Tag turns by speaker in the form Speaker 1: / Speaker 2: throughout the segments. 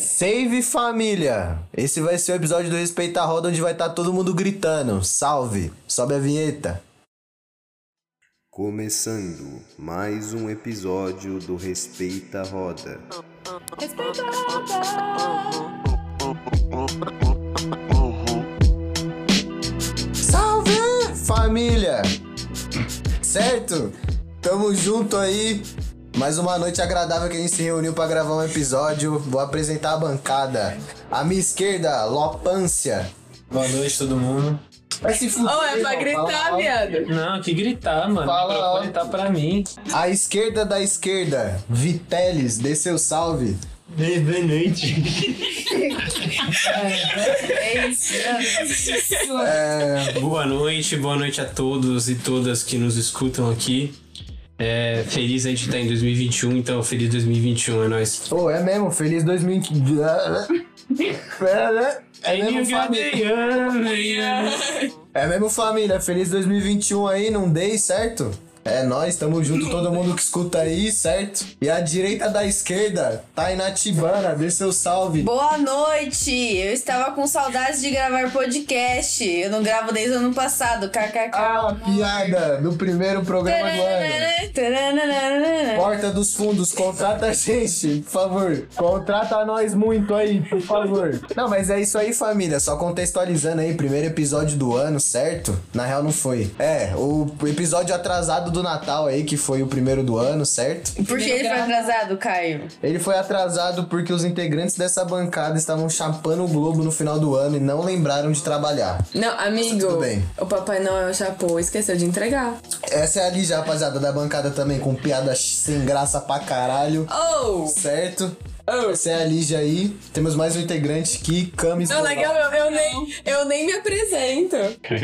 Speaker 1: Save família! Esse vai ser o episódio do Respeita a Roda, onde vai estar todo mundo gritando. Salve! Sobe a vinheta!
Speaker 2: Começando mais um episódio do Respeita a Roda.
Speaker 3: Respeita a roda.
Speaker 1: Salve família! Certo? Tamo junto aí. Mais uma noite agradável que a gente se reuniu pra gravar um episódio. Vou apresentar a bancada. A minha esquerda, Lopância.
Speaker 4: Boa noite, todo mundo.
Speaker 1: Vai se fuder,
Speaker 3: Oh, é pra
Speaker 1: irmão.
Speaker 3: gritar,
Speaker 1: Fala-
Speaker 3: viado.
Speaker 4: Não, que gritar, mano.
Speaker 1: Fala,
Speaker 4: o microfone
Speaker 1: ó.
Speaker 4: tá pra mim.
Speaker 1: A esquerda da esquerda, Viteles, dê seu salve.
Speaker 4: Boa noite.
Speaker 3: É isso.
Speaker 1: É,
Speaker 4: Boa noite, boa noite a todos e todas que nos escutam aqui. É, feliz a gente tá em 2021, então feliz 2021, é nóis.
Speaker 1: oh, é mesmo, feliz 2015. É mesmo, família. É mesmo, família. Feliz 2021 aí, não dei, certo? É nós, tamo junto, todo mundo que escuta aí, certo? E a direita da esquerda, Tainá Tibana, dê seu salve.
Speaker 5: Boa noite! Eu estava com saudades de gravar podcast. Eu não gravo desde o ano passado. KKK.
Speaker 1: Ah, piada do primeiro programa do ano.
Speaker 5: Taranana.
Speaker 1: Porta dos Fundos, contrata a gente, por favor. Contrata nós muito aí, por favor. Não, mas é isso aí, família. Só contextualizando aí, primeiro episódio do ano, certo? Na real, não foi. É, o episódio atrasado do Natal aí, que foi o primeiro do ano, certo?
Speaker 5: Por que ele foi atrasado, Caio?
Speaker 1: Ele foi atrasado porque os integrantes dessa bancada estavam chapando o Globo no final do ano e não lembraram de trabalhar.
Speaker 3: Não, amigo,
Speaker 1: Tudo bem.
Speaker 3: o Papai Noel chapou, esqueceu de entregar.
Speaker 1: Essa é a Lígia, rapaziada, da bancada também, com piada sem graça pra caralho.
Speaker 3: Oh!
Speaker 1: Certo?
Speaker 3: Oh!
Speaker 1: Essa é a Lígia aí. Temos mais um integrante que Camis.
Speaker 3: Não, legal, eu, eu nem, eu nem me apresento.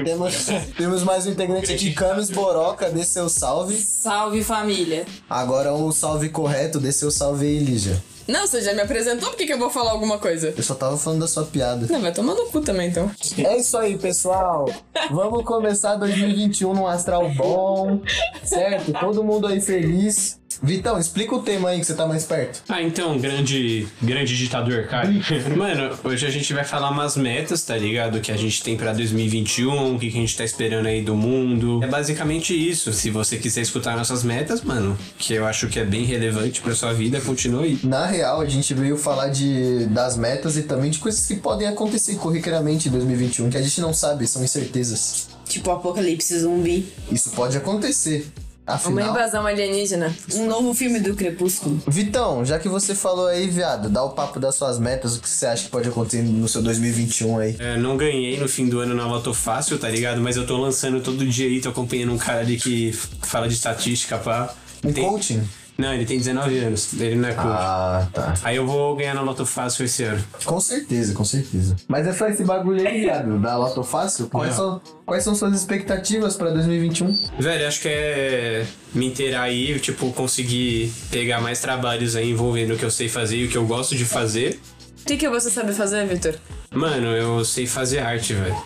Speaker 1: Temos, temos mais um integrante aqui, Camis Boroca, dê seu salve.
Speaker 3: Salve, família.
Speaker 1: Agora o salve correto, dê seu salve aí, Lígia.
Speaker 3: Não, você já me apresentou, por que, que eu vou falar alguma coisa?
Speaker 1: Eu só tava falando da sua piada.
Speaker 3: Não, vai tomar no cu também, então.
Speaker 1: É isso aí, pessoal. Vamos começar 2021 num astral bom, certo? Todo mundo aí feliz. Vitão, explica o tema aí que você tá mais perto.
Speaker 4: Ah, então, grande, grande ditador, cara. Mano, hoje a gente vai falar umas metas, tá ligado? Que a gente tem pra 2021, o que, que a gente tá esperando aí do mundo. É basicamente isso. Se você quiser escutar nossas metas, mano, que eu acho que é bem relevante pra sua vida, continue.
Speaker 1: Na real, a gente veio falar de, das metas e também de coisas que podem acontecer corriqueiramente em 2021, que a gente não sabe, são incertezas.
Speaker 5: Tipo apocalipse zumbi.
Speaker 1: Isso pode acontecer.
Speaker 3: Uma
Speaker 1: Afinal.
Speaker 3: invasão alienígena.
Speaker 5: Um novo filme do Crepúsculo.
Speaker 1: Vitão, já que você falou aí, viado, dá o papo das suas metas, o que você acha que pode acontecer no seu 2021 aí?
Speaker 4: É, não ganhei no fim do ano na Loto Fácil, tá ligado? Mas eu tô lançando todo dia aí, tô acompanhando um cara ali que f- fala de estatística, pá.
Speaker 1: Um
Speaker 4: Tem-
Speaker 1: coaching?
Speaker 4: Não, ele tem 19 anos, ele não é coach.
Speaker 1: Ah, tá.
Speaker 4: Aí eu vou ganhar na Loto Fácil esse ano.
Speaker 1: Com certeza, com certeza. Mas é só esse bagulho aí, viado, da Loto Fácil? Quais,
Speaker 4: Não.
Speaker 1: são, quais são suas expectativas pra 2021?
Speaker 4: Velho, acho que é me inteirar aí, tipo, conseguir pegar mais trabalhos aí envolvendo o que eu sei fazer e o que eu gosto de fazer.
Speaker 3: O que, que você sabe fazer, Vitor?
Speaker 4: Mano, eu sei fazer arte, velho.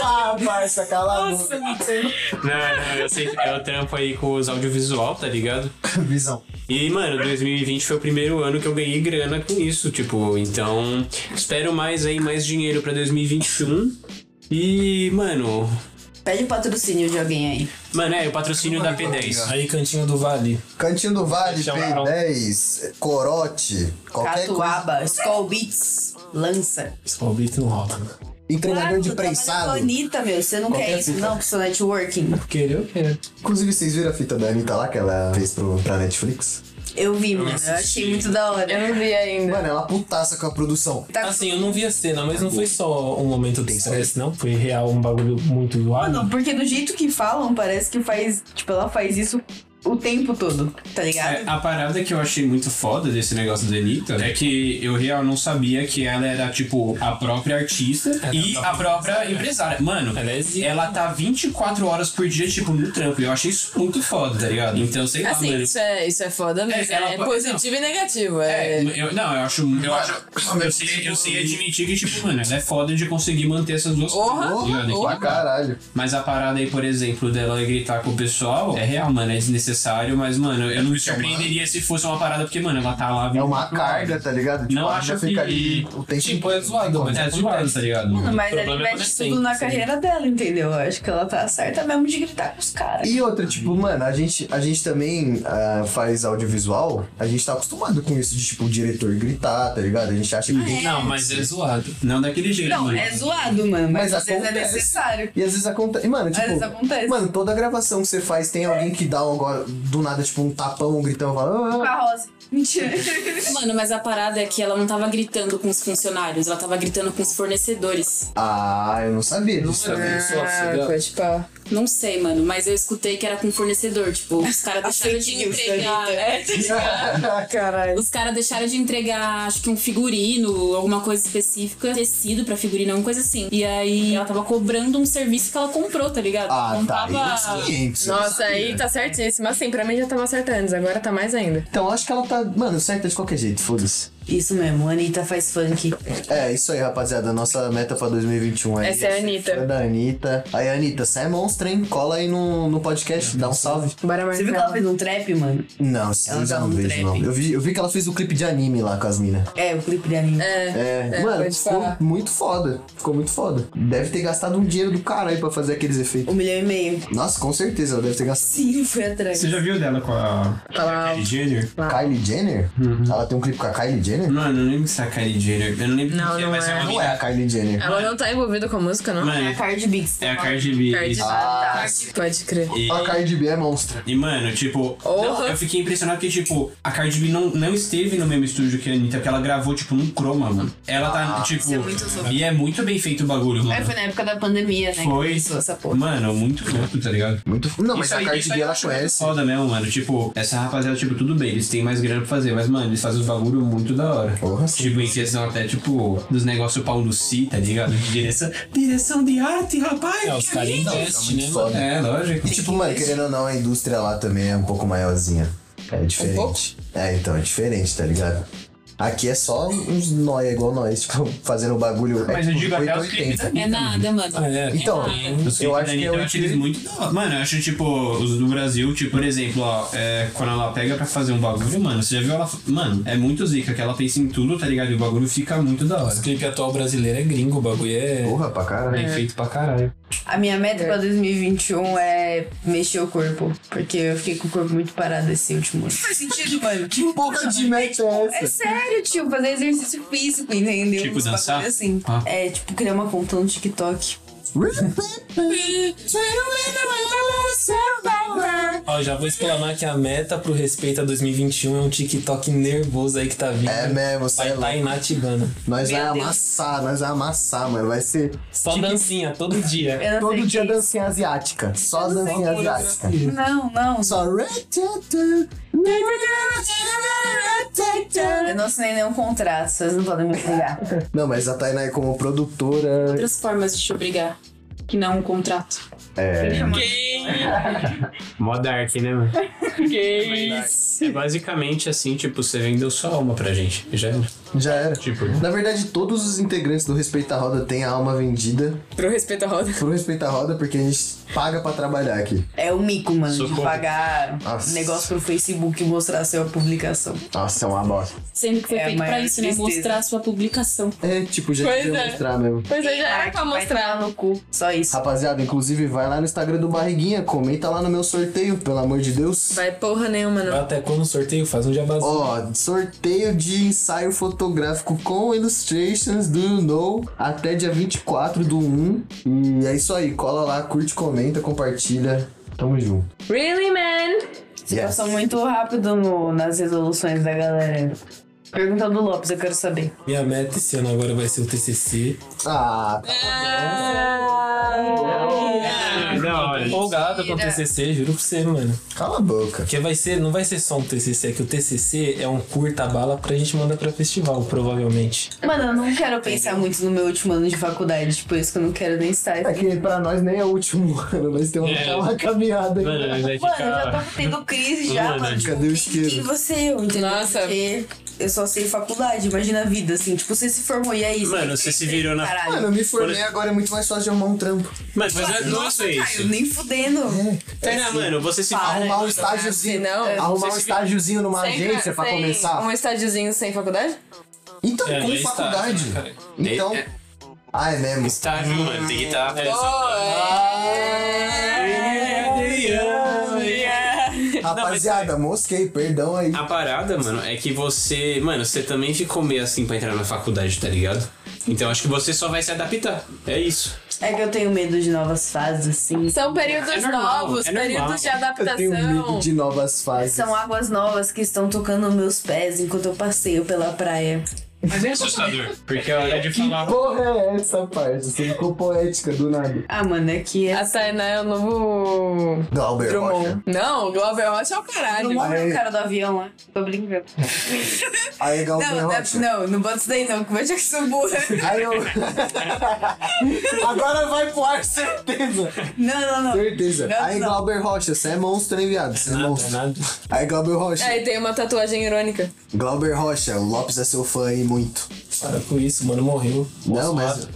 Speaker 1: Ah, parça, cala a boca.
Speaker 3: Vitor.
Speaker 4: Não, não, eu sei, eu trampo aí com os audiovisual, tá ligado?
Speaker 1: Visão.
Speaker 4: E, mano, 2020 foi o primeiro ano que eu ganhei grana com isso, tipo, então espero mais aí, mais dinheiro pra 2021. E, mano,
Speaker 5: Pede o patrocínio de alguém aí.
Speaker 4: mano, é o patrocínio da P10.
Speaker 6: Aí, cantinho do vale.
Speaker 1: Cantinho do Vale,
Speaker 6: Chamaram.
Speaker 1: P10, Corote, qualquer coisa.
Speaker 5: Catuaba, Skull Beats, lança.
Speaker 6: Smallbit não rola, né?
Speaker 1: Entregador de
Speaker 5: tu trabalha com a
Speaker 1: prensado.
Speaker 5: Anitta, meu. Você não
Speaker 1: Qualquer
Speaker 5: quer isso,
Speaker 1: fita.
Speaker 5: não, pro seu networking.
Speaker 4: é
Speaker 6: Querer, eu quero.
Speaker 1: Inclusive, vocês viram a fita da Anitta lá que ela fez pro, pra Netflix?
Speaker 5: Eu vi, mano. Eu achei muito da hora.
Speaker 3: Eu não vi ainda.
Speaker 1: Mano, ela putaça com a produção.
Speaker 5: Tá
Speaker 6: Assim, eu não vi a cena, mas não foi só um momento de estresse, não. Foi real um bagulho muito zoado.
Speaker 5: Mano, porque do jeito que falam, parece que faz. Tipo, ela faz isso o tempo todo, tá
Speaker 4: É,
Speaker 5: ligado?
Speaker 4: a parada que eu achei muito foda desse negócio da Anitta é que eu real não sabia que ela era, tipo, a própria artista e a própria empresária. Mano,
Speaker 6: Ela é zica.
Speaker 4: ela tá 24 horas por dia, tipo, no trampo. E eu achei isso muito foda, tá ligado? Então, sei lá,
Speaker 3: Assim,
Speaker 4: mano.
Speaker 3: isso é, isso é foda, mas
Speaker 4: É, ela
Speaker 3: é
Speaker 4: pode-
Speaker 3: positivo e negativo. É,
Speaker 4: É, eu, não, eu acho. Eu, acho eu, sei, eu sei admitir que, tipo, mano, ela é foda de conseguir manter essas duas
Speaker 3: Porra,
Speaker 4: coisas, tá ligado?
Speaker 3: porra.
Speaker 1: Pra caralho.
Speaker 4: Mas a parada aí, por exemplo, dela gritar com o pessoal é real, mano, é desnecessário, mas, mano, eu não me surpreenderia se fosse uma parada, porque, mano, ela tá lá
Speaker 1: É
Speaker 4: vindo
Speaker 1: uma
Speaker 4: pro
Speaker 1: carga, tá ligado?
Speaker 4: Não
Speaker 1: a
Speaker 4: acho
Speaker 1: mina fica
Speaker 4: que-
Speaker 1: ali o tempo
Speaker 6: Tipo, é zoado, mas
Speaker 4: lado. É zoado, tá ligado?
Speaker 5: Mano, mas
Speaker 6: O
Speaker 5: ela
Speaker 6: problema é
Speaker 5: investe
Speaker 6: quando
Speaker 5: tudo
Speaker 6: tem,
Speaker 5: na
Speaker 6: sim.
Speaker 5: carreira dela, entendeu? Eu Acho que ela tá certa mesmo de gritar com os caras.
Speaker 1: E outra, tipo, mano, a gente, a gente também ah, faz audiovisual, a gente tá acostumado com isso de, tipo, o diretor gritar, tá ligado? A gente acha que tem-
Speaker 6: Não, mas é zoado.
Speaker 4: Não daquele jeito,
Speaker 5: Não,
Speaker 4: mano.
Speaker 5: é zoado, mano, mas,
Speaker 1: Mas
Speaker 5: às vezes é
Speaker 1: acontece.
Speaker 5: necessário.
Speaker 1: E às vezes acontece. Mano, tipo.
Speaker 5: vezes acontece.
Speaker 1: Mano, toda gravação que você faz tem alguém que dá um, go- do nada, tipo, um tapão, um gritão,
Speaker 5: Com
Speaker 1: fala. "Ah".
Speaker 5: a Rosa. Mentira.
Speaker 7: Mano, mas a parada é que ela não tava gritando com os funcionários, ela tava gritando com os fornecedores.
Speaker 1: Ah, eu não sabia disso.
Speaker 6: Tá vendo só, você dá-
Speaker 3: coisa de pau.
Speaker 7: Não sei, mano, mas eu escutei que era com o fornecedor. Tipo, os caras deixaram de
Speaker 3: fake news,
Speaker 7: entregar.
Speaker 3: Anitta.
Speaker 7: É, tá ligado?
Speaker 3: Caralho.
Speaker 7: Os caras deixaram de entregar, acho que um figurino, alguma coisa específica, tecido pra figurino, alguma coisa assim. E aí ela tava cobrando um serviço que ela comprou, tá ligado?
Speaker 1: Ah,
Speaker 7: não
Speaker 1: tá.
Speaker 7: tava.
Speaker 1: Aí uns 500. eu não
Speaker 3: Nossa,
Speaker 1: sabia.
Speaker 3: aí tá certíssimo. Assim, pra mim já tava certa antes, agora tá mais ainda.
Speaker 1: Então acho que ela tá, mano, certa de qualquer jeito, foda-se.
Speaker 5: Isso mesmo, a Anitta faz funk.
Speaker 1: É, isso aí, rapaziada. Nossa meta pra 2021 aí.
Speaker 3: Essa é a Anitta.
Speaker 1: Fã da Anitta. Aí, Anitta, você é monstro, hein? Cola aí no, no podcast, dá um salve.
Speaker 3: Bora
Speaker 5: Você viu que ela
Speaker 3: marcar.
Speaker 5: fez um trap, mano?
Speaker 1: Não, sim,
Speaker 5: Ela tá
Speaker 1: não
Speaker 5: no
Speaker 1: vejo,
Speaker 5: trap.
Speaker 1: não. Eu vi, eu vi que ela fez o clipe de anime lá com as minas.
Speaker 5: É, o clipe de anime.
Speaker 1: É,
Speaker 3: É,
Speaker 1: mano,
Speaker 3: pode
Speaker 1: ficou
Speaker 3: falar.
Speaker 1: muito foda. Ficou muito foda. Deve ter gastado um dinheiro do caralho pra fazer aqueles efeitos.
Speaker 5: Um milhão e meio.
Speaker 1: Nossa, com certeza, ela deve ter gastado.
Speaker 5: Sim, foi atrás.
Speaker 4: Você já viu dela com a
Speaker 5: Tá.
Speaker 3: Falar
Speaker 4: Kylie Jenner?
Speaker 1: Kylie Jenner?
Speaker 4: Uhum.
Speaker 1: Ela tem um clipe com a Kylie Jenner?
Speaker 4: Mano, eu não lembro se é a Kylie Jenner. Eu não lembro
Speaker 3: Não,
Speaker 4: quem
Speaker 3: não
Speaker 4: mas
Speaker 3: é.
Speaker 4: uma
Speaker 1: Não é a Kylie Jenner.
Speaker 3: Ela não tá envolvida com a música, não?
Speaker 4: Mano,
Speaker 5: É a Card Beats.
Speaker 4: é a Cardi B.
Speaker 3: Cardi
Speaker 4: isso.
Speaker 1: Ah,
Speaker 3: Pode crer.
Speaker 4: E-
Speaker 1: a Cardi B é monstra.
Speaker 4: E, mano, tipo,
Speaker 3: Oh.
Speaker 4: não, eu fiquei impressionado que, tipo, a Cardi B não, não esteve no mesmo estúdio que a Anitta, porque ela gravou, tipo, num chroma, mano. Ela tá, tipo.
Speaker 5: é muito louco.
Speaker 4: e é muito bem feito o bagulho,
Speaker 5: É,
Speaker 4: mano.
Speaker 5: foi na época da pandemia, né? que
Speaker 4: Foi.
Speaker 5: começou essa porra.
Speaker 4: Mano, muito louco, tá ligado?
Speaker 1: Muito f- Não, mas
Speaker 4: Isso
Speaker 1: a
Speaker 4: aí-
Speaker 1: Cardi
Speaker 4: isso
Speaker 1: B
Speaker 4: aí
Speaker 1: ela
Speaker 4: é
Speaker 1: conhece.
Speaker 4: Foda mesmo, mano. Tipo, essa rapaziada, tipo, tudo bem, eles têm mais grana pra fazer, mas, mano, eles fazem os bagulho muito da hora.
Speaker 1: Porra, sim.
Speaker 4: Tipo, em questão até, tipo, dos negócios pau no si, tá ligado? De Direção, direção de arte, rapaz!
Speaker 6: É, os caras investem, né, mano?
Speaker 4: É, lógico.
Speaker 1: E tipo, mano, querendo ou não, a indústria lá também é um pouco maiorzinha. É diferente. É, então, é diferente, tá ligado? Aqui é só uns nóia igual nós, tipo, fazendo o bagulho.
Speaker 4: Mas
Speaker 1: é,
Speaker 4: eu
Speaker 1: tipo,
Speaker 4: digo até os clipes da
Speaker 1: 880.
Speaker 7: É nada, mano.
Speaker 6: Ah, é.
Speaker 1: Então,
Speaker 4: Os
Speaker 1: eu acho
Speaker 4: clipes da
Speaker 1: que
Speaker 4: Anitta,
Speaker 1: é
Speaker 4: eu acho eles
Speaker 1: 880.
Speaker 4: muito da hora. Mano, eu acho tipo, os do Brasil, tipo, por exemplo, ó, é, quando ela pega pra fazer um bagulho, mano, você já viu ela. Mano, é muito zica, que ela pensa em tudo, tá ligado? E o bagulho fica muito da hora.
Speaker 6: Os clipe atual brasileiro é gringo, o bagulho é.
Speaker 1: Porra, pra caralho.
Speaker 4: Bem feito pra caralho.
Speaker 5: A minha meta pra 2021 é mexer o corpo. Porque eu fiquei com o corpo muito parado esse último ano. Faz sentido, mano.
Speaker 1: Que porra de meta é
Speaker 5: É
Speaker 1: essa?
Speaker 5: sério, tio, fazer exercício físico, entendeu?
Speaker 4: Tipo
Speaker 5: Uns bagulho
Speaker 4: dançar?
Speaker 5: Assim.
Speaker 4: Ah.
Speaker 5: É, tipo, criar uma conta no TikTok.
Speaker 6: Ó, já vou explanar que a meta pro respeito a 2021 é um TikTok nervoso aí que tá vindo.
Speaker 1: É mesmo,
Speaker 6: Vai
Speaker 1: sei
Speaker 6: estar
Speaker 1: lá.
Speaker 6: inativando.
Speaker 1: Nós vai
Speaker 5: Deus.
Speaker 1: amassar, nós vai amassar, mano. Vai ser
Speaker 6: Só dancinha, todo dia.
Speaker 5: Eu não sei
Speaker 1: todo dia
Speaker 5: que-
Speaker 1: dancinha asiática. Só dancinha asiática.
Speaker 5: Não, não.
Speaker 1: Só.
Speaker 5: Eu não assinei nenhum contrato, vocês não podem me pegar.
Speaker 1: Não, mas a Tainá é como produtora.
Speaker 7: Outras formas de te obrigar. Que não um contrato.
Speaker 4: Moda arte, né, mano? É basicamente assim, tipo, você vendeu sua alma pra gente. Já era.
Speaker 1: Já era.
Speaker 4: Tipo.
Speaker 1: Na verdade, todos os integrantes do Respeita a Roda têm a alma vendida
Speaker 3: Pro respeito à roda.
Speaker 1: pro Respeita a Roda, porque a gente paga pra trabalhar aqui.
Speaker 5: É o mico, mano, de
Speaker 4: Socorro.
Speaker 5: pagar
Speaker 1: Nossa.
Speaker 5: negócio pro Facebook e mostrar a sua publicação.
Speaker 1: Nossa, é uma bosta.
Speaker 7: Sendo que foi
Speaker 5: É a
Speaker 7: feito
Speaker 5: maior
Speaker 7: pra isso, né?
Speaker 5: tristeza.
Speaker 7: Mostrar a sua publicação.
Speaker 1: É, tipo, já
Speaker 3: Pois
Speaker 1: devia
Speaker 3: é.
Speaker 1: mostrar mesmo.
Speaker 3: Pois é, já era pra
Speaker 5: Vai tomar
Speaker 3: mostrar.
Speaker 5: no cu. Só isso.
Speaker 1: Rapaziada, inclusive, vai lá no Instagram do Barriguinha, comenta lá no meu sorteio, pelo amor de Deus.
Speaker 3: Vai porra nenhuma, não.
Speaker 6: Até quando o sorteio faz um jabazinho.
Speaker 1: Ó, sorteio de ensaio fotográfico com illustrations do You Know até dia 24 do 1. E é isso aí, cola lá, curte, comenta, compartilha. Tamo junto.
Speaker 3: Really, man?
Speaker 1: Yes.
Speaker 5: Passou muito rápido no- nas resoluções da galera. Pergunta do Lopes, eu quero saber.
Speaker 6: Minha meta esse ano agora vai ser o TCC.
Speaker 1: Ah, tá.
Speaker 4: Da hora.
Speaker 6: Empolgado com o TCC, juro pra você, mano.
Speaker 1: cala a boca.
Speaker 6: Porque vai ser, não vai ser só um TCC, é que o TCC é um curta-bala pra gente mandar pra festival, provavelmente.
Speaker 5: Mano, eu não quero pensar muito no meu último ano de faculdade, tipo, isso que eu não quero nem estar.
Speaker 1: É que pra nós nem é o último ano, mas tem uma,
Speaker 4: É.
Speaker 1: uma caminhada aí.
Speaker 4: Mano, vai
Speaker 5: Mano, eu já
Speaker 4: ficar.
Speaker 5: tava tendo crise já,
Speaker 4: Mano,
Speaker 5: mano. Tipo,
Speaker 1: cadê o
Speaker 5: quem,
Speaker 1: isqueiro?
Speaker 5: quem você é eu, entendeu?
Speaker 3: Nossa.
Speaker 5: Porque eu só sei faculdade, imagina a vida, assim. Tipo, você se formou e é isso.
Speaker 4: Mano, você se virou na-
Speaker 5: Caralho.
Speaker 1: Mano, eu me formei agora, é muito mais fácil de arrumar um trampo.
Speaker 4: Mas, mas não é- não é só
Speaker 5: Nossa, Caio,
Speaker 4: isso.
Speaker 5: nem fudendo.
Speaker 4: É, não, mano, você se.
Speaker 3: Ah,
Speaker 1: arrumar um
Speaker 3: é, Se
Speaker 1: estágiozinho.
Speaker 3: não,
Speaker 1: Arrumar um estágiozinho numa agência pra
Speaker 3: sem
Speaker 1: começar.
Speaker 3: Um estádiozinho sem faculdade?
Speaker 1: Então,
Speaker 6: É,
Speaker 1: com
Speaker 6: é
Speaker 1: faculdade.
Speaker 6: estágio, cara.
Speaker 1: Então.
Speaker 4: É-
Speaker 1: Ah, é mesmo.
Speaker 4: Estágio, tá, mano, tem que estar.
Speaker 1: Rapaziada, mosquei, perdão aí.
Speaker 4: A parada, mano, é que você. Mano, você também ficou meio assim pra entrar na faculdade, tá ligado? Então acho que você só vai se adaptar. É isso.
Speaker 5: É que eu tenho medo de novas fases, assim.
Speaker 3: São períodos
Speaker 4: É normal,
Speaker 3: novos,
Speaker 4: é normal.
Speaker 3: períodos de
Speaker 1: Eu tenho medo
Speaker 3: adaptação.
Speaker 1: de novas fases.
Speaker 5: São águas novas que estão tocando meus pés enquanto eu passeio pela praia.
Speaker 4: Mas é assustador. Porque é hora de falar.
Speaker 1: Porra, é essa parte? Você ficou poética do nada.
Speaker 5: Ah, mano, é que é.
Speaker 3: A Tainá é o novo.
Speaker 1: Glauber Rocha.
Speaker 3: Drummond. Não, o Glauber Rocha é o caralho.
Speaker 5: Não morre
Speaker 1: Aí.
Speaker 5: o cara do avião lá. Tô brincando.
Speaker 1: Aí, Glauber
Speaker 5: Não,
Speaker 1: Rocha.
Speaker 5: não, não, não bota isso daí não, que vai achar que sou burra.
Speaker 1: Aí eu. Agora vai pro ar, certeza.
Speaker 5: Não, não, não.
Speaker 1: Certeza.
Speaker 5: Não,
Speaker 1: Aí,
Speaker 5: não.
Speaker 1: Glauber Rocha, você é monstro, hein, viado? Você é monstro.
Speaker 6: Nada.
Speaker 4: né?
Speaker 1: Aí, Glauber Rocha.
Speaker 5: É.
Speaker 3: Aí tem uma tatuagem irônica.
Speaker 1: Glauber Rocha, o Lopes é seu fã aí muito.
Speaker 6: Para com isso, mano, morreu.
Speaker 1: Não, mas.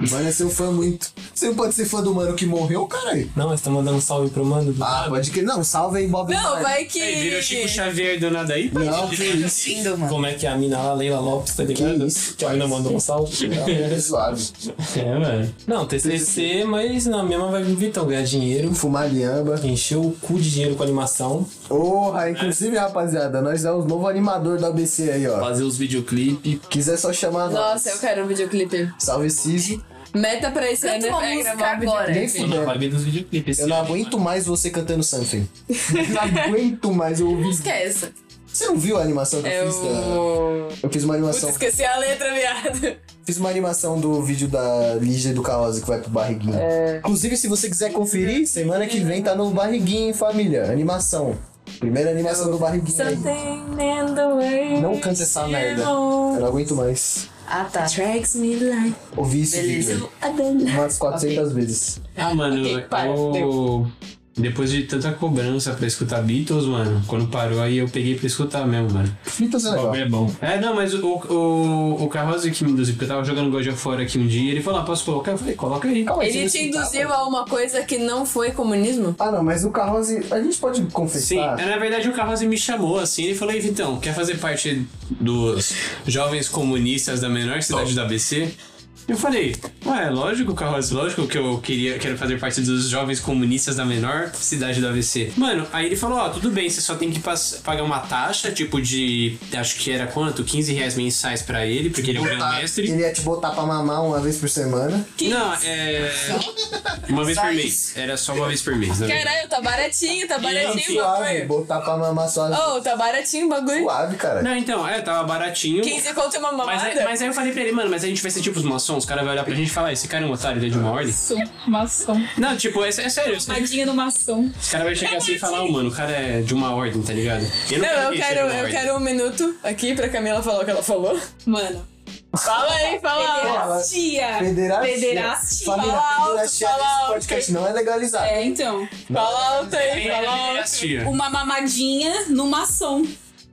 Speaker 1: O Mano é seu fã muito. Você não pode ser fã do mano que morreu, caralho.
Speaker 6: Não, mas tá mandando um salve pro mano do
Speaker 1: Ah, pode que. Não, salve aí, Bob
Speaker 3: Não,
Speaker 1: Marley.
Speaker 3: vai que.
Speaker 4: Aí, virou Chico tipo Xavier do nada aí.
Speaker 1: Não, que isso.
Speaker 5: Lindo, mano.
Speaker 6: Como é que é a mina lá, Leila Lopes, tá ligado?
Speaker 1: Que
Speaker 6: Que,
Speaker 1: isso,
Speaker 6: a mina mandou um salve.
Speaker 1: É suave.
Speaker 4: É, mano.
Speaker 6: Não, TCC, mas na mesma vai do Vitão ganhar dinheiro.
Speaker 1: Fumar liamba.
Speaker 6: Encheu o cu de dinheiro com animação.
Speaker 1: Porra, inclusive, rapaziada, nós é os novo animador do ABC aí, ó.
Speaker 6: Fazer os videoclipes.
Speaker 1: Quiser só chamar nós.
Speaker 3: Nossa, eu quero um videoclipe.
Speaker 1: Salve, Ciso.
Speaker 3: Meta pra esse
Speaker 5: Canta
Speaker 3: ano
Speaker 5: uma
Speaker 3: é
Speaker 5: música
Speaker 3: gravar um
Speaker 5: agora.
Speaker 1: Nem
Speaker 3: videoclipe.
Speaker 6: Não,
Speaker 1: fudendo.
Speaker 6: vai vir nos videoclipes.
Speaker 1: É. Eu não aguento mais você cantando something. Não aguento mais, eu ouvi.
Speaker 3: Esquece.
Speaker 1: Você não viu a animação que eu fiz? da-
Speaker 3: Eu.
Speaker 1: Eu fiz uma
Speaker 3: É Putz,
Speaker 1: animação.
Speaker 3: esqueci a letra, viado.
Speaker 1: Fiz uma animação do vídeo da Lígia e do Carrosa que vai pro barriguinho.
Speaker 3: É.
Speaker 1: Inclusive, se você quiser conferir, semana que vem tá no barriguinho, hein, família. Animação. Primeira animação do barriguinho. aí.
Speaker 3: Something in the way.
Speaker 1: Não canta essa merda. Eu não aguento mais.
Speaker 5: Ah, tá.
Speaker 3: Tracks me like.
Speaker 1: Ouvi esse
Speaker 5: Beleza.
Speaker 1: vídeo umas 400 vezes.
Speaker 4: Ah, mano,
Speaker 3: É, Ok, para,
Speaker 4: eu. Depois de tanta cobrança pra escutar Beatles, mano, quando parou aí eu peguei pra escutar mesmo, mano.
Speaker 1: Fitas é legal.
Speaker 6: É bom.
Speaker 4: É, não, mas o, o, o Carrozi que me induziu, porque eu tava jogando God of War aqui um dia, e ele falou, ah, posso colocar? Eu falei, coloca aí.
Speaker 1: Calma aí,
Speaker 3: Ele
Speaker 1: você
Speaker 3: te
Speaker 1: não escutava?
Speaker 3: induziu a uma coisa que não foi comunismo?
Speaker 1: Ah, não, mas o Carroze, a gente pode
Speaker 4: Sim,
Speaker 1: confessar.
Speaker 4: é, na verdade o Carrozi me chamou assim, ele falou, "Ei, Vitão, quer fazer parte dos jovens comunistas da menor cidade da ABC? Eu falei, ué, lógico, Carrozi, lógico que eu queria, quero fazer parte dos jovens comunistas da menor cidade da ABC. Mano, aí ele falou, ó, tudo bem, você só tem que pass- pagar uma taxa, tipo de, acho que era quanto? 15 reais mensais pra ele, porque ele é o grande mestre.
Speaker 1: Ele ia te botar pra mamar uma vez por semana.
Speaker 4: Não, é. Uma vez
Speaker 5: Só
Speaker 4: por mês.
Speaker 5: isso.
Speaker 4: Era só uma vez por mês, né?
Speaker 3: Caralho, tá baratinho, tá baratinho o
Speaker 1: Suave,
Speaker 3: bagulho.
Speaker 1: botar pra mamar só
Speaker 3: Oh, tá baratinho o bagulho.
Speaker 1: suave, é- cara.
Speaker 4: Não, então, é, tava baratinho.
Speaker 3: 15 conto e uma
Speaker 4: Mas,
Speaker 3: mamada.
Speaker 4: aí- mas aí eu falei pra ele, mano, mas a gente vai ser tipo os maçons, os caras vão olhar pra gente e falar, esse cara é um otário, ele é de uma ordem.
Speaker 7: Maçom.
Speaker 4: Não, tipo, é, é sério, esse
Speaker 7: Tadinha do maçom.
Speaker 4: cara vai chegar assim e falar, oh, mano, o cara é de uma ordem, tá ligado? Eu
Speaker 1: é
Speaker 3: Não, eu
Speaker 4: que
Speaker 3: quero,
Speaker 4: seja de uma
Speaker 3: eu
Speaker 4: ordem.
Speaker 3: quero um minuto aqui pra Camila falar o que ela falou.
Speaker 7: Mano.
Speaker 3: Fala aí, fala.
Speaker 1: Fala.
Speaker 7: Tia.
Speaker 1: Pederastia.
Speaker 7: Pederastia.
Speaker 1: Família,
Speaker 3: Fala alto,
Speaker 1: pederastia
Speaker 3: fala
Speaker 1: nesse
Speaker 3: alto.
Speaker 1: podcast não é legalizado.
Speaker 7: É, então.
Speaker 3: Fala alto aí,
Speaker 4: Tem
Speaker 3: fala alto.
Speaker 4: pederastia.
Speaker 7: Uma mamadinha no maçom.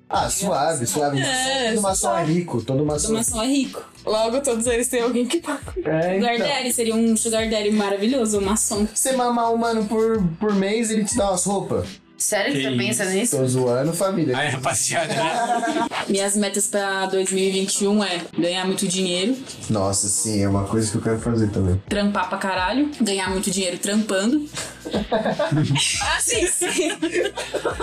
Speaker 1: Ah, suave, suave.
Speaker 7: É,
Speaker 1: todo maçom é rico, todo
Speaker 7: O
Speaker 1: maçom
Speaker 7: maçom é rico.
Speaker 3: Logo todos eles têm alguém que paga.
Speaker 1: é
Speaker 7: Sugar
Speaker 1: então.
Speaker 7: Daddy seria um sugar daddy maravilhoso, um maçom.
Speaker 1: Você mamar um mano por, por mês, ele te dá umas roupas.
Speaker 5: Sério que
Speaker 4: Que
Speaker 5: você pensa nisso?
Speaker 1: Tô zoando, família.
Speaker 4: Aí, rapaziada, né?
Speaker 7: Minhas metas pra 2021 é ganhar muito dinheiro,
Speaker 1: Nossa, sim, é uma coisa que eu quero fazer também.
Speaker 7: trampar pra caralho, ganhar muito dinheiro trampando. assim, sim.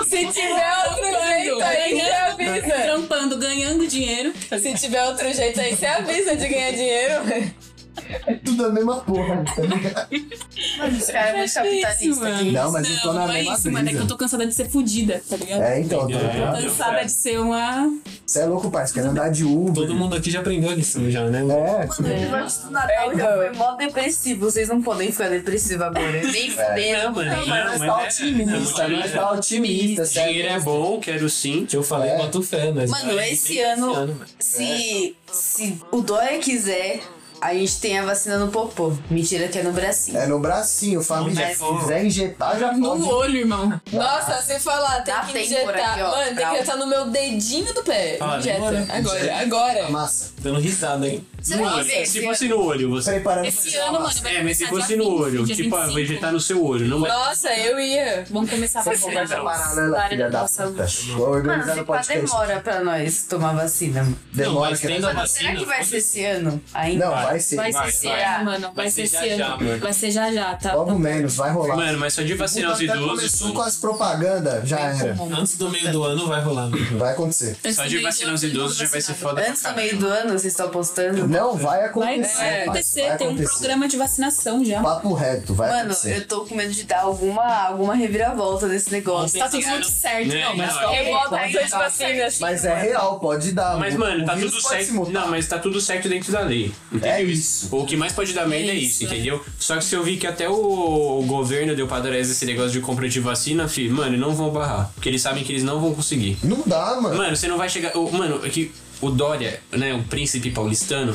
Speaker 3: Se tiver outro jeito aí, você avisa.
Speaker 7: né? Trampando, ganhando dinheiro.
Speaker 3: Se tiver outro jeito aí, você avisa de ganhar dinheiro.
Speaker 1: É tudo a mesma porra, tá ligado?
Speaker 5: Os caras são muito
Speaker 4: é
Speaker 5: capitalistas aqui.
Speaker 1: Não, mas eu tô na
Speaker 7: É não é
Speaker 1: mesma
Speaker 7: isso, mano. É que eu
Speaker 1: brisa.
Speaker 7: tô cansada de ser fudida, tá ligado?
Speaker 1: É, então, tô-
Speaker 7: Cansada de ser uma.
Speaker 1: você é louco, parceiro, quer andar de Uber.
Speaker 6: Todo mundo aqui já aprendeu a lição já, né?
Speaker 1: É,
Speaker 5: Mano, o episódio do Natal já foi mó depressivo. Vocês não podem ficar depressivos agora. Nem fudendo.
Speaker 4: É. Não, mano, não,
Speaker 1: nós
Speaker 4: mas
Speaker 1: tá
Speaker 4: é-
Speaker 6: né?
Speaker 1: otimista,
Speaker 4: não,
Speaker 1: nós tá otimista,
Speaker 4: Dinheiro é
Speaker 1: sério.
Speaker 4: bom, quero sim.
Speaker 6: Que eu falei,
Speaker 1: É.
Speaker 6: boto fé, né?" mas.
Speaker 5: Mano, esse ano, se, se o Dória quiser, A gente tem a vacina no popô. Mentira que é no bracinho.
Speaker 1: É no bracinho, família.
Speaker 4: Já
Speaker 1: Se
Speaker 4: foi.
Speaker 1: quiser injetar, já
Speaker 8: No
Speaker 1: pode.
Speaker 8: olho, irmão.
Speaker 9: Nossa, você falar, tem
Speaker 5: Dá
Speaker 9: que
Speaker 5: tempo
Speaker 9: injetar.
Speaker 5: aqui, ó,
Speaker 9: Mano, tem
Speaker 5: pra-
Speaker 9: que injetar no meu dedinho do pé.
Speaker 6: Fala,
Speaker 9: Injeta.
Speaker 6: demora.
Speaker 9: Agora, agora.
Speaker 1: Massa.
Speaker 6: Dando risada, hein?
Speaker 5: Você
Speaker 4: No
Speaker 5: vai
Speaker 4: olho.
Speaker 5: ver,
Speaker 4: Se
Speaker 5: você-
Speaker 4: fosse no olho, você.
Speaker 1: Preparando
Speaker 7: Esse ano, mano, vai
Speaker 4: É, mas se
Speaker 7: começar
Speaker 4: fosse
Speaker 7: dia
Speaker 4: no
Speaker 7: 20,
Speaker 4: olho,
Speaker 7: dia
Speaker 4: tipo, ah, vou
Speaker 7: 25.
Speaker 4: injetar no seu olho. Não vai.
Speaker 9: Nossa, eu ia.
Speaker 7: Vamos começar a vacinar.
Speaker 1: Conversa
Speaker 7: Da
Speaker 1: paralela,
Speaker 7: área
Speaker 1: filha
Speaker 7: da
Speaker 1: da
Speaker 7: nossa-
Speaker 1: puta. Vou organizar
Speaker 5: Mano,
Speaker 1: no
Speaker 5: se pá,
Speaker 1: podcast.
Speaker 5: demora pra nós tomar vacina. mano.
Speaker 1: Demora,
Speaker 6: Não, mas
Speaker 1: que-
Speaker 6: tendo a
Speaker 5: Será
Speaker 6: vacina.
Speaker 5: que vai ser esse ano ainda?
Speaker 1: Não, vai ser.
Speaker 7: Vai ser
Speaker 4: Vai,
Speaker 7: esse
Speaker 4: vai.
Speaker 7: ano, mano. Vai ser esse
Speaker 4: já,
Speaker 7: ano.
Speaker 4: mano.
Speaker 7: Vai ser já já, tá?
Speaker 1: Logo menos, vai rolar.
Speaker 4: Mano, mas só de vacinar
Speaker 1: Puta,
Speaker 4: os
Speaker 1: até
Speaker 4: idosos.
Speaker 1: começou
Speaker 4: mano.
Speaker 1: com as propagandas, já era.
Speaker 6: Antes do meio do ano vai rolar. né?
Speaker 1: Vai acontecer.
Speaker 4: Só de vacinar os idosos já vai ser foda. pra
Speaker 5: Antes do
Speaker 4: caralho.
Speaker 5: meio do ano, vocês estão apostando?
Speaker 1: Não, vai
Speaker 7: Vai,
Speaker 1: acontecer.
Speaker 7: vai
Speaker 1: parça,
Speaker 7: acontecer,
Speaker 1: vai
Speaker 7: tem um
Speaker 1: acontecer.
Speaker 7: programa de vacinação já.
Speaker 1: Papo reto, vai
Speaker 5: Mano,
Speaker 1: acontecer.
Speaker 5: eu tô com medo de dar alguma, alguma reviravolta nesse negócio.
Speaker 7: Tá tudo muito certo,
Speaker 4: É,
Speaker 7: não, mas
Speaker 5: tá
Speaker 4: não,
Speaker 7: calma
Speaker 4: é.
Speaker 7: aí.
Speaker 9: Eu
Speaker 7: calma
Speaker 9: volto
Speaker 7: aí.
Speaker 9: as vacinas.
Speaker 1: Mas é real, pode dar.
Speaker 4: Mas,
Speaker 1: O-
Speaker 4: mano,
Speaker 1: o
Speaker 4: tá
Speaker 1: vírus
Speaker 4: tudo
Speaker 1: pode
Speaker 4: certo.
Speaker 1: se mutar.
Speaker 4: Não, mas tá tudo certo dentro da lei.
Speaker 1: É isso.
Speaker 4: O que mais pode dar merda é isso, entendeu? Só que se eu vi que até o governo deu padrões esse negócio de compra de vacina, fi, mano, não vão barrar. Porque eles sabem que eles não vão conseguir.
Speaker 1: Não dá, mano.
Speaker 4: Mano, você não vai chegar. o- mano, é que o Dória, né? O príncipe paulistano.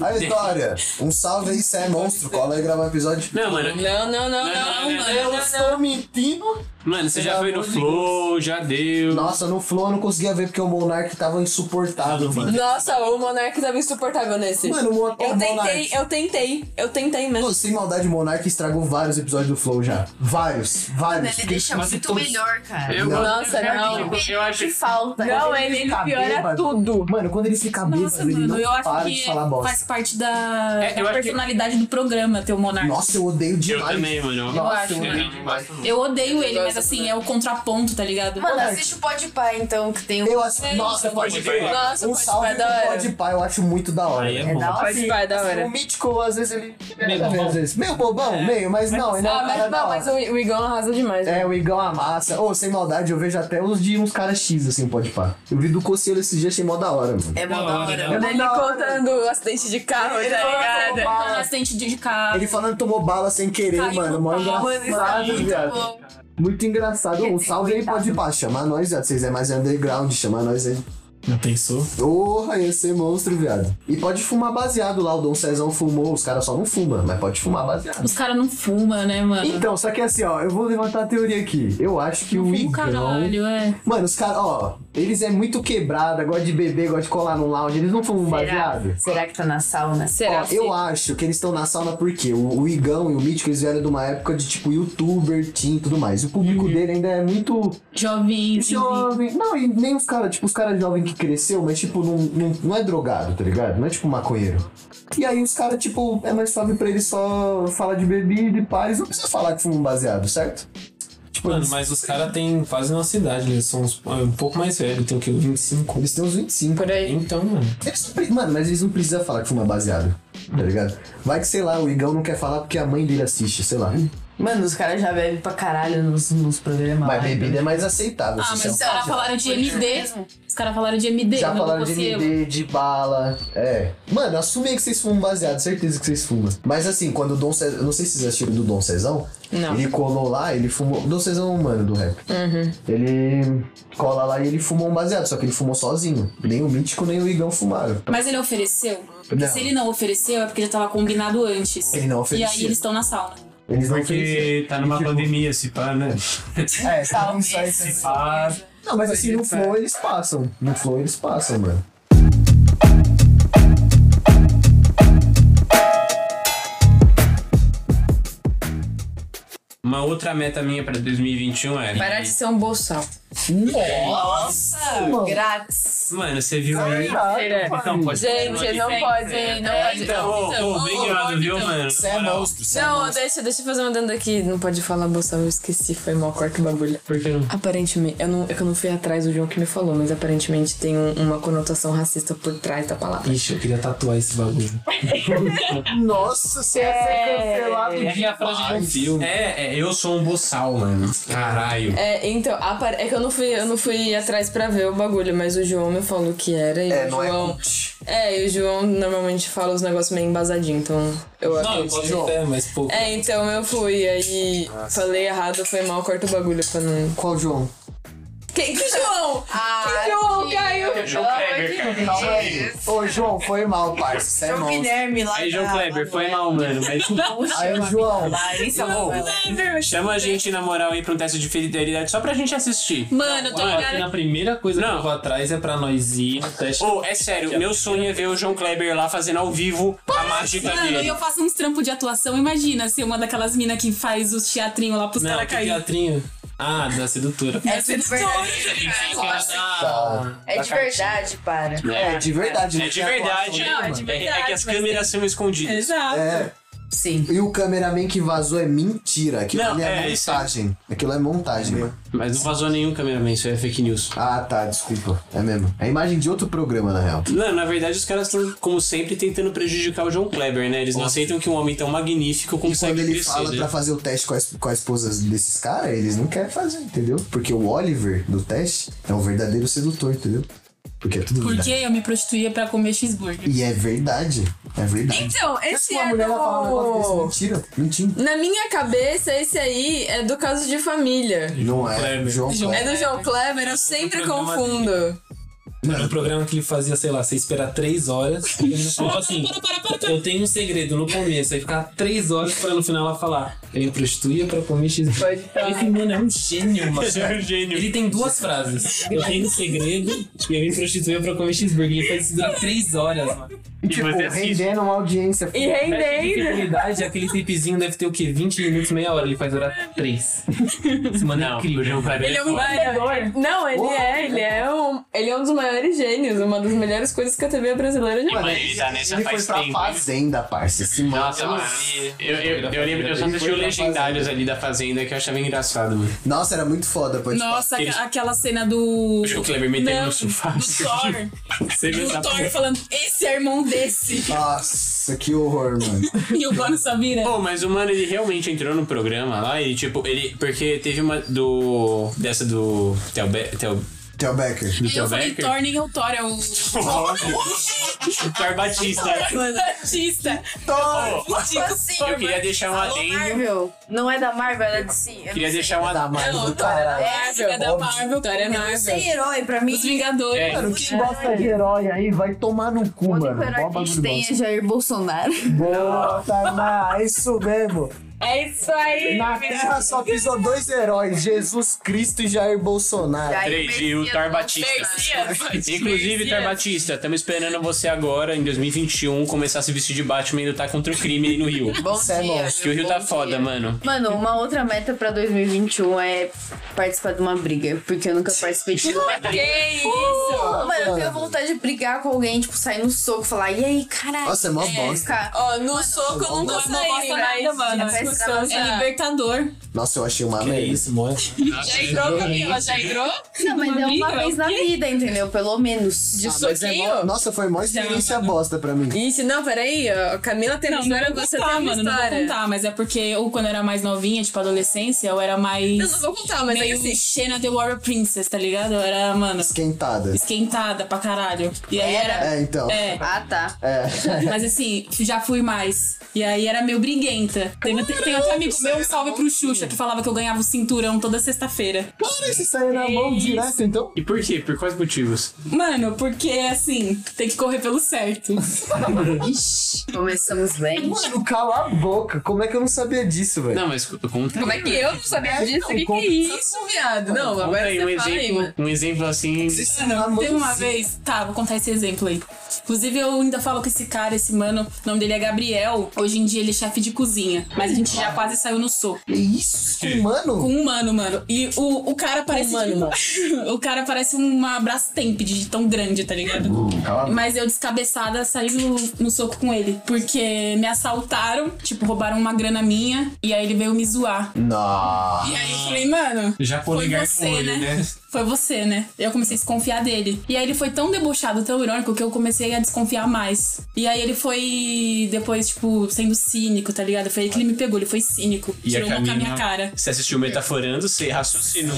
Speaker 1: Aí, Vitória, um salve aí, você é monstro. Cola aí gravar um episódio.
Speaker 4: Não, mano.
Speaker 9: Não, não, não, não,
Speaker 4: não,
Speaker 9: mano.
Speaker 1: estou mentindo.
Speaker 4: Mano, você já
Speaker 1: Pelo
Speaker 4: foi no
Speaker 1: amor de
Speaker 4: Flow, já deu.
Speaker 1: Nossa, no Flow eu não conseguia ver porque o Monark tava insuportável, mano.
Speaker 9: Nossa, o Monark tava insuportável nesse.
Speaker 1: Mano, o Mon- o
Speaker 9: eu
Speaker 1: Monark.
Speaker 9: tentei, eu tentei, eu tentei,
Speaker 1: Pô,
Speaker 9: mas.
Speaker 1: sem maldade, o Monark estragou vários episódios do Flow já. Vários, vários.
Speaker 5: Ele deixa
Speaker 1: Mas
Speaker 5: muito
Speaker 1: todos-
Speaker 5: melhor, cara.
Speaker 4: Eu,
Speaker 9: Nossa,
Speaker 4: eu,
Speaker 9: não.
Speaker 4: eu, eu acho
Speaker 5: que falta.
Speaker 9: Não, ele, ele
Speaker 1: fica
Speaker 9: piora
Speaker 1: bêbado-
Speaker 9: tudo.
Speaker 1: Mano, quando ele fica
Speaker 7: Nossa,
Speaker 1: bêbado, ele
Speaker 7: mano,
Speaker 1: não
Speaker 7: eu acho
Speaker 1: para
Speaker 7: que
Speaker 1: de falar bosta.
Speaker 7: faz parte da,
Speaker 4: É, eu
Speaker 7: da
Speaker 4: acho que-
Speaker 7: personalidade do programa ter o Monark.
Speaker 1: Nossa, eu odeio
Speaker 4: Eu
Speaker 1: demais.
Speaker 4: também, mano.
Speaker 1: Nossa, eu
Speaker 4: Eu
Speaker 1: odeio
Speaker 4: não
Speaker 1: demais.
Speaker 4: gosto.
Speaker 7: Eu odeio ele,
Speaker 9: gosto
Speaker 7: mas assim,
Speaker 9: também.
Speaker 7: é o contraponto, tá ligado?
Speaker 5: Mano, assiste o Pode Pá, então, que tem um.
Speaker 1: Eu acho. Nossa, pode
Speaker 4: Pode Pá.
Speaker 9: Nossa,
Speaker 1: Um
Speaker 9: Pode
Speaker 1: salve
Speaker 9: Pá é da
Speaker 1: pro
Speaker 9: hora.
Speaker 1: pode pai, eu acho muito da hora. Assim,
Speaker 4: Aí é
Speaker 5: É
Speaker 4: bom.
Speaker 5: da hora.
Speaker 9: Pode pá, é da hora.
Speaker 1: O mítico, às vezes, ele. Meio
Speaker 6: bobão.
Speaker 1: às vezes. Meio bobão, meio, mas não, ele é um
Speaker 9: Ah,
Speaker 1: cara
Speaker 9: mas,
Speaker 1: da
Speaker 9: não,
Speaker 1: hora.
Speaker 9: mas o, o Igão arrasa demais. né?
Speaker 1: É, o Igão amassa. Ô, sem maldade, eu vejo até os de uns caras X, assim, pode pá. Eu vi do Coceiro esses dias, achei mó da hora, mano.
Speaker 5: É mó da hora.
Speaker 9: Quando ele
Speaker 1: da hora.
Speaker 9: contando o acidente de carro, tá ligado?
Speaker 7: Tá no acidente de carro.
Speaker 1: Ele falando que tomou bala sem querer,
Speaker 7: Caiu
Speaker 1: mano.
Speaker 7: no
Speaker 1: Mó
Speaker 7: pau,
Speaker 9: é
Speaker 1: engraçado, viado. Muito engraçado. Um salve aí, pode pá. Chamar nós, viado. Vocês é mais underground, chamar nós aí.
Speaker 6: Já pensou?
Speaker 1: Porra, ia ser monstro, viado. E pode fumar baseado lá. O Dom Cezão fumou, os caras só não fumam, mas pode fumar baseado.
Speaker 7: Os caras não fumam, né, mano?
Speaker 1: Então, só que assim, ó, eu vou levantar a teoria aqui. Eu acho que o
Speaker 7: Fuma o
Speaker 1: Igão.
Speaker 7: caralho, é.
Speaker 1: Mano, os caras, ó, eles é muito quebrada, gosta de beber, gosta de colar no lounge, eles não fumam um
Speaker 5: Será?
Speaker 1: baseado.
Speaker 5: Será que tá na sauna?
Speaker 9: Será?
Speaker 1: Ó, eu acho que eles estão na sauna porque o, o Igão e o Mítico, eles vieram de uma época de tipo youtuber, teen e tudo mais. O público dele ainda é muito
Speaker 7: Jovem, tipo,
Speaker 1: jovem. Não, e nem os caras, tipo, os caras jovens que cresceu, mas tipo, não, não, não é drogado, tá ligado? Não é tipo maconheiro. E aí os caras, tipo, é mais suave pra eles só falar de bebida e pá, eles não precisam falar que fumam baseado, certo? Tipo,
Speaker 6: Mano,
Speaker 1: eles,
Speaker 6: mas os caras têm quase nossa idade, eles são uns- um pouco mais velhos, tem o quê? 25?
Speaker 1: eles têm uns 25.
Speaker 9: Por aí.
Speaker 6: Então, mano.
Speaker 1: Eles não pre- mano, mas eles não precisam falar que fuma baseado, tá ligado? Vai que, sei lá, o Igão não quer falar porque a mãe dele assiste, sei lá.
Speaker 5: Mano, os caras já bebem pra caralho nos, nos programas.
Speaker 1: Mas
Speaker 5: lá,
Speaker 1: bebida é mais aceitável.
Speaker 7: Ah,
Speaker 1: se
Speaker 7: mas
Speaker 1: você
Speaker 7: os caras falaram de MD.
Speaker 5: mesmo?
Speaker 7: Os caras falaram de MD.
Speaker 1: Já
Speaker 7: não
Speaker 1: falaram de
Speaker 7: você-
Speaker 1: MD, de bala. É. Mano, assumi que vocês fumam baseado, certeza que vocês fumam. Mas assim, quando o Dom Cezão. Eu não sei se vocês assistiram do Dom Cezão.
Speaker 9: Não.
Speaker 1: Ele colou lá, ele fumou. Dom Cezão é um mano do rap. Ele cola lá e ele fumou um baseado, só que ele fumou sozinho. Nem o Mítico, nem o Igão fumaram.
Speaker 7: Mas ele ofereceu? Porque
Speaker 1: Não.
Speaker 7: se ele não ofereceu, é porque já tava combinado antes.
Speaker 1: Ele não
Speaker 7: E
Speaker 1: oferecia.
Speaker 7: aí eles estão na sauna.
Speaker 1: Eles não
Speaker 4: Porque tá numa pandemia, se pá, né?
Speaker 1: ofereciam. É, tá um site.
Speaker 4: Ah,
Speaker 1: Não, mas assim, no flow eles passam. No flow eles passam, mano.
Speaker 4: Uma outra meta minha pra 2021 é.
Speaker 9: Parar de ser um bolsal.
Speaker 1: Mano,
Speaker 5: Grátis.
Speaker 4: Mano, você viu aí. Então, pode
Speaker 9: Gente, não
Speaker 7: né?
Speaker 9: pode, não
Speaker 7: É,
Speaker 9: pode.
Speaker 4: Então, ô, ô, obrigado, viu, mano?
Speaker 1: Você é monstro, você é
Speaker 9: Não, deixa, deixa eu fazer uma dando aqui. Não pode falar bolsal, eu esqueci, foi mal, corta o bagulho.
Speaker 4: Por que não?
Speaker 9: Aparentemente, eu não, é que eu não fui atrás do João que me falou, mas aparentemente tem um- uma conotação racista por trás da palavra.
Speaker 6: Ixi, eu queria tatuar esse bagulho.
Speaker 1: Nossa, você ia ser cancelado
Speaker 6: É a frase de um filme.
Speaker 4: É, é, eu sou um boçal, mano. Caralho.
Speaker 9: É, então, apar- é que eu não fui, eu não fui atrás pra ver o bagulho, mas o João me falou que era. E
Speaker 1: É,
Speaker 9: o
Speaker 1: não é
Speaker 9: João,
Speaker 1: cult.
Speaker 9: é, e o João normalmente fala os negócios meio embasadinho, então eu
Speaker 6: Não, eu
Speaker 9: acredito.
Speaker 6: posso ter, mas pouco.
Speaker 9: É, então eu fui, aí falei errado, foi mal, corta o bagulho pra não.
Speaker 1: Qual João?
Speaker 9: Quem que João?
Speaker 5: Ah,
Speaker 9: que João caiu?
Speaker 4: João
Speaker 5: Pelo
Speaker 4: Kleber,
Speaker 5: amor de
Speaker 4: cara. Calma
Speaker 5: Deus.
Speaker 4: aí.
Speaker 1: Ô, João, foi mal, parça. Você é
Speaker 5: João
Speaker 1: monstro.
Speaker 5: Guilherme lá.
Speaker 4: Aí,
Speaker 5: da-
Speaker 4: João Kleber,
Speaker 5: lá
Speaker 4: foi
Speaker 5: do-
Speaker 4: mal, mano. Mas
Speaker 1: Aí, o Ah, é, João.
Speaker 4: é
Speaker 5: Lá, em São Paulo.
Speaker 4: chama a gente, na moral, aí pra um teste de fidelidade só pra gente assistir.
Speaker 7: Mano, eu tô
Speaker 4: Mano,
Speaker 7: ligada.
Speaker 6: Na primeira coisa que
Speaker 4: Não.
Speaker 6: eu vou atrás é pra nós ir no teste.
Speaker 4: Ô, é sério, meu sonho é ver o João Kleber lá fazendo ao vivo a mágica
Speaker 7: Mano, e
Speaker 4: dele.
Speaker 7: eu faço uns trampos de atuação. Imagina ser uma daquelas minas que faz os teatrinhos lá pros
Speaker 6: Não,
Speaker 7: caras
Speaker 6: que é?
Speaker 7: caírem.
Speaker 6: teatrinho. Ah, da sedutora.
Speaker 5: É de verdade, cara.
Speaker 6: Ah,
Speaker 5: É de verdade, para.
Speaker 1: É de verdade.
Speaker 4: É
Speaker 1: não
Speaker 4: de
Speaker 1: tinha
Speaker 4: verdade.
Speaker 1: atuação
Speaker 7: Não, é
Speaker 1: nenhuma.
Speaker 7: de
Speaker 4: É- É que as
Speaker 7: verdade, mas
Speaker 4: câmeras são escondidas.
Speaker 7: Exato.
Speaker 1: É.
Speaker 5: Sim.
Speaker 1: E o cameraman que vazou é mentira. Aquilo
Speaker 4: Não,
Speaker 1: ali é,
Speaker 4: é, isso é-
Speaker 1: montagem. Aquilo é montagem, mano.
Speaker 4: Mas não vazou nenhum cameraman, isso é fake news.
Speaker 1: Ah, tá, desculpa. É mesmo. É a imagem de outro programa, na real.
Speaker 4: Não, na verdade os caras estão, como sempre, tentando prejudicar o João Kleber, né? Eles não aceitam que um homem tão magnífico
Speaker 1: E quando
Speaker 4: consegue
Speaker 1: ele
Speaker 4: crescer.
Speaker 1: fala
Speaker 4: né?
Speaker 1: pra fazer o teste com as, com as esposas desses caras, eles não querem fazer, entendeu? Porque o Oliver do teste é um verdadeiro sedutor, entendeu? Porque é tudo
Speaker 7: Por
Speaker 1: verdade.
Speaker 7: que eu me prostituía pra comer cheeseburger?
Speaker 1: E é verdade. É verdade.
Speaker 5: Então, esse
Speaker 1: Uma
Speaker 5: é
Speaker 1: mulher vai falar um negócio
Speaker 5: do...
Speaker 1: desse, né? mentira. Mentira.
Speaker 9: Na minha cabeça, esse aí é do caso de família.
Speaker 1: Não é.
Speaker 6: Kleber.
Speaker 1: João
Speaker 9: É
Speaker 1: Kleber.
Speaker 9: do João Kleber, eu sempre
Speaker 6: programa
Speaker 9: confundo.
Speaker 6: Era um programa que ele fazia, sei lá, você esperar três horas. Ele falou assim: Eu tenho um segredo no começo, aí ficar três horas pra no final ela falar. Eu me prostituía pra comer x Esse mano é um gênio, mano.
Speaker 4: Você é um gênio.
Speaker 6: Ele tem duas frases. Eu tenho um segredo e eu me prostituía pra comer cheeseburger. Ele faz isso durar três horas, mano.
Speaker 1: E, tipo,
Speaker 4: você assiste.
Speaker 1: rendendo uma audiência.
Speaker 9: E rendendo.
Speaker 6: Fidelidade, aquele tapezinho deve ter o quê? 20 minutos, meia hora. Ele faz durar três. Esse mano é
Speaker 4: Não, o
Speaker 6: incrível.
Speaker 4: João Kleber é foda.
Speaker 9: um Não, ele é, ele é um, ele é um dos maiores gênios, uma das melhores coisas que a TV brasileira já
Speaker 4: Mano, ele tá nessa
Speaker 1: Ele foi
Speaker 4: faz
Speaker 1: pra
Speaker 4: tempo.
Speaker 1: fazenda, parça. Esse mano.
Speaker 4: Nossa, mano. Eu, eu, eu lembro, eu só assisti
Speaker 1: Ele foi
Speaker 4: o
Speaker 1: pra
Speaker 4: Legendários
Speaker 1: Fazenda.
Speaker 4: ali da Fazenda que eu achava engraçado, mano.
Speaker 1: Nossa, era muito foda, pode falar.
Speaker 7: Nossa,
Speaker 4: Eles-
Speaker 7: aquela cena do.
Speaker 4: O Kleber metendo
Speaker 7: Não,
Speaker 4: no sofá.
Speaker 7: Do Thor.
Speaker 4: Você viu essa
Speaker 7: do Thor
Speaker 4: porra?
Speaker 7: falando, esse é irmão desse.
Speaker 1: Nossa, que horror, mano.
Speaker 7: e o Bono Sabira.
Speaker 4: Pô, mas o mano, ele realmente entrou no programa lá e, tipo, ele. Porque teve uma do. Dessa do. Theo Be- Theo-
Speaker 1: Theo Becker.
Speaker 4: do
Speaker 7: Eu
Speaker 4: Theo
Speaker 7: falei
Speaker 4: Becker.
Speaker 7: Thor, nem é o Thor, é o.
Speaker 4: O Thor Batista.
Speaker 7: Artista.
Speaker 1: Thor!
Speaker 5: Tipo assim,
Speaker 4: Eu queria deixar um adendo.
Speaker 5: Marvel. Não é da Marvel, ela é de si. Eu
Speaker 4: Queria
Speaker 5: não sei.
Speaker 4: deixar um
Speaker 1: Da
Speaker 4: adendo.
Speaker 1: Marvel,
Speaker 7: Não, o Thor
Speaker 1: Tá caralho.
Speaker 7: é da Marvel. Thor é
Speaker 5: Eu não
Speaker 7: Marvel.
Speaker 5: sei herói, pra mim.
Speaker 7: Os Vingadores.
Speaker 4: É.
Speaker 1: Mano, quem gosta de herói aí vai tomar no cu,
Speaker 5: O
Speaker 1: mano.
Speaker 5: único
Speaker 1: Mó
Speaker 5: herói que a
Speaker 1: bagulho
Speaker 5: gente tem
Speaker 1: bosta.
Speaker 5: é Jair Bolsonaro.
Speaker 1: Boa, Tainá, é isso mesmo.
Speaker 5: É isso aí.
Speaker 1: Na Terra só pisou dois heróis, Jesus Cristo e Jair Bolsonaro.
Speaker 5: Jair
Speaker 4: Três, e o
Speaker 5: Messias
Speaker 4: Thor
Speaker 5: não
Speaker 4: Batista. Inclusive, Thor Batista, estamos esperando você agora, em 2021, começar a se vestir de Batman e lutar contra o crime aí no Rio.
Speaker 5: Bom
Speaker 1: Isso é
Speaker 5: dia,
Speaker 1: monstro.
Speaker 4: Que o Rio
Speaker 5: bom
Speaker 4: tá
Speaker 5: dia.
Speaker 4: foda, mano.
Speaker 5: Mano, uma outra meta pra 2021 é participar de uma briga, porque eu nunca participei de uma briga. Mano, eu tenho vontade de brigar com alguém, tipo, sair no soco e falar, e aí, caralho?
Speaker 1: Nossa, é mó bosta.
Speaker 5: Ficar-
Speaker 9: Ó, no soco eu nunca
Speaker 7: Não mostra
Speaker 9: saí,
Speaker 7: nada, mano.
Speaker 5: vai
Speaker 7: É
Speaker 5: extravasar.
Speaker 7: libertador.
Speaker 1: Nossa, eu achei uma
Speaker 6: É
Speaker 1: merda.
Speaker 6: isso, mano.
Speaker 7: Já entrou, Camila? Já entrou?
Speaker 5: Não, mas é uma
Speaker 7: Briga?
Speaker 5: vez na vida, entendeu? Pelo menos.
Speaker 7: Ah,
Speaker 9: de
Speaker 1: Mas é mó-
Speaker 9: soquinho.
Speaker 1: Nossa, foi mó experiência bosta pra mim.
Speaker 9: Ixi, não, peraí, ó, Camila teve
Speaker 7: Não, não
Speaker 9: história,
Speaker 7: vou
Speaker 9: você
Speaker 7: contar,
Speaker 9: teve
Speaker 7: mano. Não vou
Speaker 9: história.
Speaker 7: contar, mas é porque eu, quando era mais novinha, tipo, adolescência, eu era mais.
Speaker 9: Eu não vou contar, mas é
Speaker 7: meio
Speaker 9: que assim-
Speaker 7: Xena The Warrior Princess, tá ligado? Eu era, mano,
Speaker 1: Esquentada.
Speaker 7: esquentada pra caralho. E aí era.
Speaker 1: É, então.
Speaker 7: É,
Speaker 5: Ah, tá.
Speaker 1: É.
Speaker 7: mas assim, já fui mais. E aí era meio briguenta. Teve, tem, tem outro amigo meu, um salve pro Xuxa, que falava que eu ganhava o cinturão toda sexta-feira.
Speaker 1: Cara, você saiu na mão direto, então?
Speaker 4: E por quê? Por quais motivos?
Speaker 7: Mano, porque assim, tem que correr pelo certo.
Speaker 5: Começamos bem.
Speaker 1: Mano, cala a boca. Como é que eu não sabia disso, velho?
Speaker 4: Não, mas conta.
Speaker 9: Como é que eu não sabia disso? O que, que é isso, viado? Não,
Speaker 4: Conta
Speaker 9: agora
Speaker 4: aí um
Speaker 9: você fala aí,
Speaker 4: exemplo,
Speaker 9: mano.
Speaker 4: um exemplo assim.
Speaker 7: Teve uma vez, tá, vou contar esse exemplo aí. Inclusive, eu ainda falo com esse cara, esse mano, o nome dele é Gabriel. Hoje em dia ele é chefe de cozinha, mas a gente já quase saiu no soco.
Speaker 1: Que É isso, mano?
Speaker 7: Com um humano, mano. E o, o cara parece.
Speaker 9: humano,
Speaker 7: o cara parece uma Brastemp de tão grande, tá ligado? Mas eu, descabeçada, saí no, no soco com ele. Porque me assaltaram, tipo, roubaram uma grana minha. E aí ele veio me zoar.
Speaker 1: Não.
Speaker 7: E aí eu falei, mano.
Speaker 4: Já
Speaker 7: Foi você, né? Foi você, né? Eu comecei a desconfiar dele. E aí ele foi tão debochado, tão irônico, que eu comecei a desconfiar mais. E aí ele foi, depois, tipo, sendo cínico, tá ligado? Foi aí que ele me pegou, ele foi cínico.
Speaker 4: E a
Speaker 7: tirou uma com a minha cara.
Speaker 4: Camila, você assistiu Metaforando, você raciocinou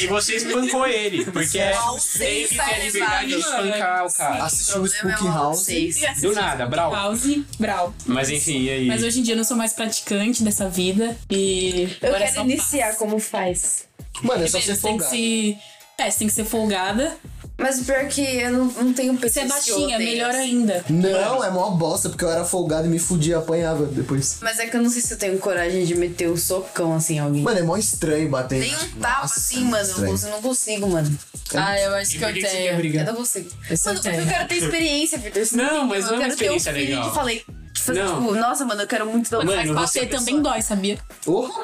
Speaker 4: e você espancou ele, porque é tem que ter a liberdade de espancar o cara.
Speaker 1: Assistiu o
Speaker 5: Problema é
Speaker 1: Spook
Speaker 5: um
Speaker 1: House.
Speaker 5: seis.
Speaker 4: Do nada, brau.
Speaker 7: Pause, brau.
Speaker 4: Mas enfim, e aí?
Speaker 7: Mas hoje em dia eu não sou mais praticante dessa vida. E
Speaker 5: Eu
Speaker 7: agora é
Speaker 5: quero
Speaker 7: só
Speaker 5: iniciar como faz.
Speaker 1: Mano, é só você
Speaker 7: Primeiro, você tem que
Speaker 1: folgar.
Speaker 7: se. É, você tem que ser folgada.
Speaker 5: Mas o pior é que eu não, não tenho
Speaker 7: Você é
Speaker 5: pessoas que eu
Speaker 7: baixinha,
Speaker 5: odeio,
Speaker 7: melhor
Speaker 5: assim.
Speaker 7: ainda.
Speaker 1: Não, é mó bosta, porque eu era folgado e me fudia, apanhava depois.
Speaker 5: Mas é que eu não sei se eu tenho coragem de meter o socão assim em alguém.
Speaker 1: Mano, é mó estranho bater.
Speaker 5: Nem um tapa
Speaker 1: Nossa,
Speaker 5: assim, mano.
Speaker 1: estranho. é
Speaker 5: Eu não consigo, mano.
Speaker 9: Ah, eu acho que eu tenho.
Speaker 5: Eu não consigo.
Speaker 9: Esse
Speaker 5: mano,
Speaker 9: eu
Speaker 5: porque
Speaker 9: tenho.
Speaker 5: eu quero ter experiência, Vitor. isso
Speaker 4: Não,
Speaker 5: tem,
Speaker 4: mas
Speaker 5: eu
Speaker 4: não é uma
Speaker 5: quero ter um
Speaker 4: experiência
Speaker 5: filho
Speaker 4: legal.
Speaker 5: que falei. Tipo,
Speaker 4: Não.
Speaker 5: tipo, nossa, mano, eu quero muito dar
Speaker 4: Mano,
Speaker 5: mas
Speaker 4: você- é
Speaker 5: bater
Speaker 7: Você também dói, sabia?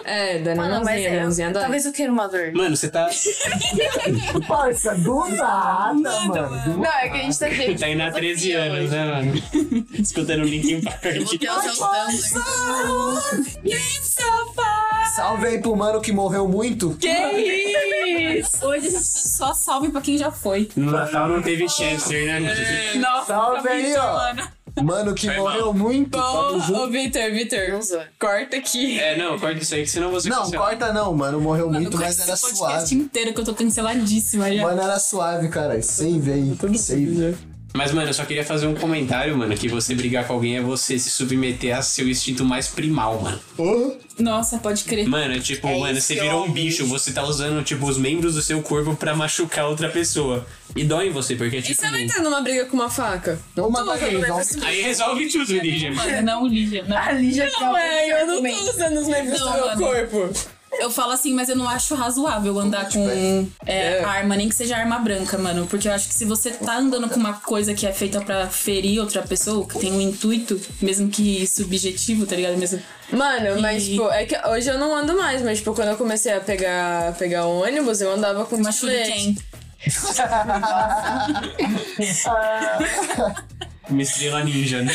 Speaker 9: É, da
Speaker 5: Mano, mas
Speaker 9: Nanãozinha,
Speaker 5: é,
Speaker 9: Nanãozinha dói.
Speaker 5: talvez eu queira uma dor.
Speaker 4: Mano, você tá.
Speaker 1: Parça, do nada, mano.
Speaker 5: Não, é que a gente tá vendo.
Speaker 4: Tá indo há 13 anos, né, mano? Escutando Linkin Park.
Speaker 5: um
Speaker 1: Salve aí pro mano que morreu muito.
Speaker 7: Hoje a gente só salve pra quem já foi.
Speaker 4: No Natal não teve Chester, né?
Speaker 7: Nossa,
Speaker 1: Salve aí, ó. Mano que morreu muito. Tamo junto.
Speaker 9: Ô, Vitor, Vitor, corta aqui.
Speaker 4: É, não, corta isso aí, que senão você.
Speaker 1: Não, corta não, mano. Morreu muito, mas era
Speaker 7: Esse podcast
Speaker 1: suave.
Speaker 7: inteiro que eu tô canceladíssima já.
Speaker 1: Mano, era suave, cara. Sem vem. Sem
Speaker 4: Mas, mano, eu só queria fazer um comentário, mano, que você brigar com alguém é você se submeter a seu instinto mais primal, mano.
Speaker 7: Nossa, pode crer.
Speaker 4: Mano, é tipo,
Speaker 5: É
Speaker 4: mano,
Speaker 5: isso
Speaker 4: você
Speaker 5: que
Speaker 4: virou
Speaker 5: eu
Speaker 4: um bicho, você tá usando, tipo, os membros do seu corpo pra machucar outra pessoa. E dói em você, porque,
Speaker 9: E
Speaker 4: tipo...
Speaker 9: você
Speaker 7: é
Speaker 9: vai entrar numa briga com uma faca?
Speaker 1: Toma,
Speaker 4: Aí resolve tudo, ninja.
Speaker 7: Mano, não, Lígia. Não.
Speaker 5: Lígia
Speaker 9: Não, é, eu não tô usando os membros
Speaker 7: Não,
Speaker 9: do meu
Speaker 7: mano.
Speaker 9: corpo.
Speaker 7: Eu falo assim, mas eu não acho razoável andar com é, arma, nem que seja arma branca, mano. Porque eu acho que se você tá andando com uma coisa que é feita pra ferir outra pessoa, que tem um intuito, mesmo que subjetivo, tá ligado? Mesmo.
Speaker 9: Mano, mas
Speaker 7: E-
Speaker 9: tipo, é que hoje eu não ando mais, mas tipo, quando eu comecei a pegar, pegar ônibus, eu andava com
Speaker 7: Uma
Speaker 9: estilete.
Speaker 7: shuriken.
Speaker 4: Uma estrela ninja, né?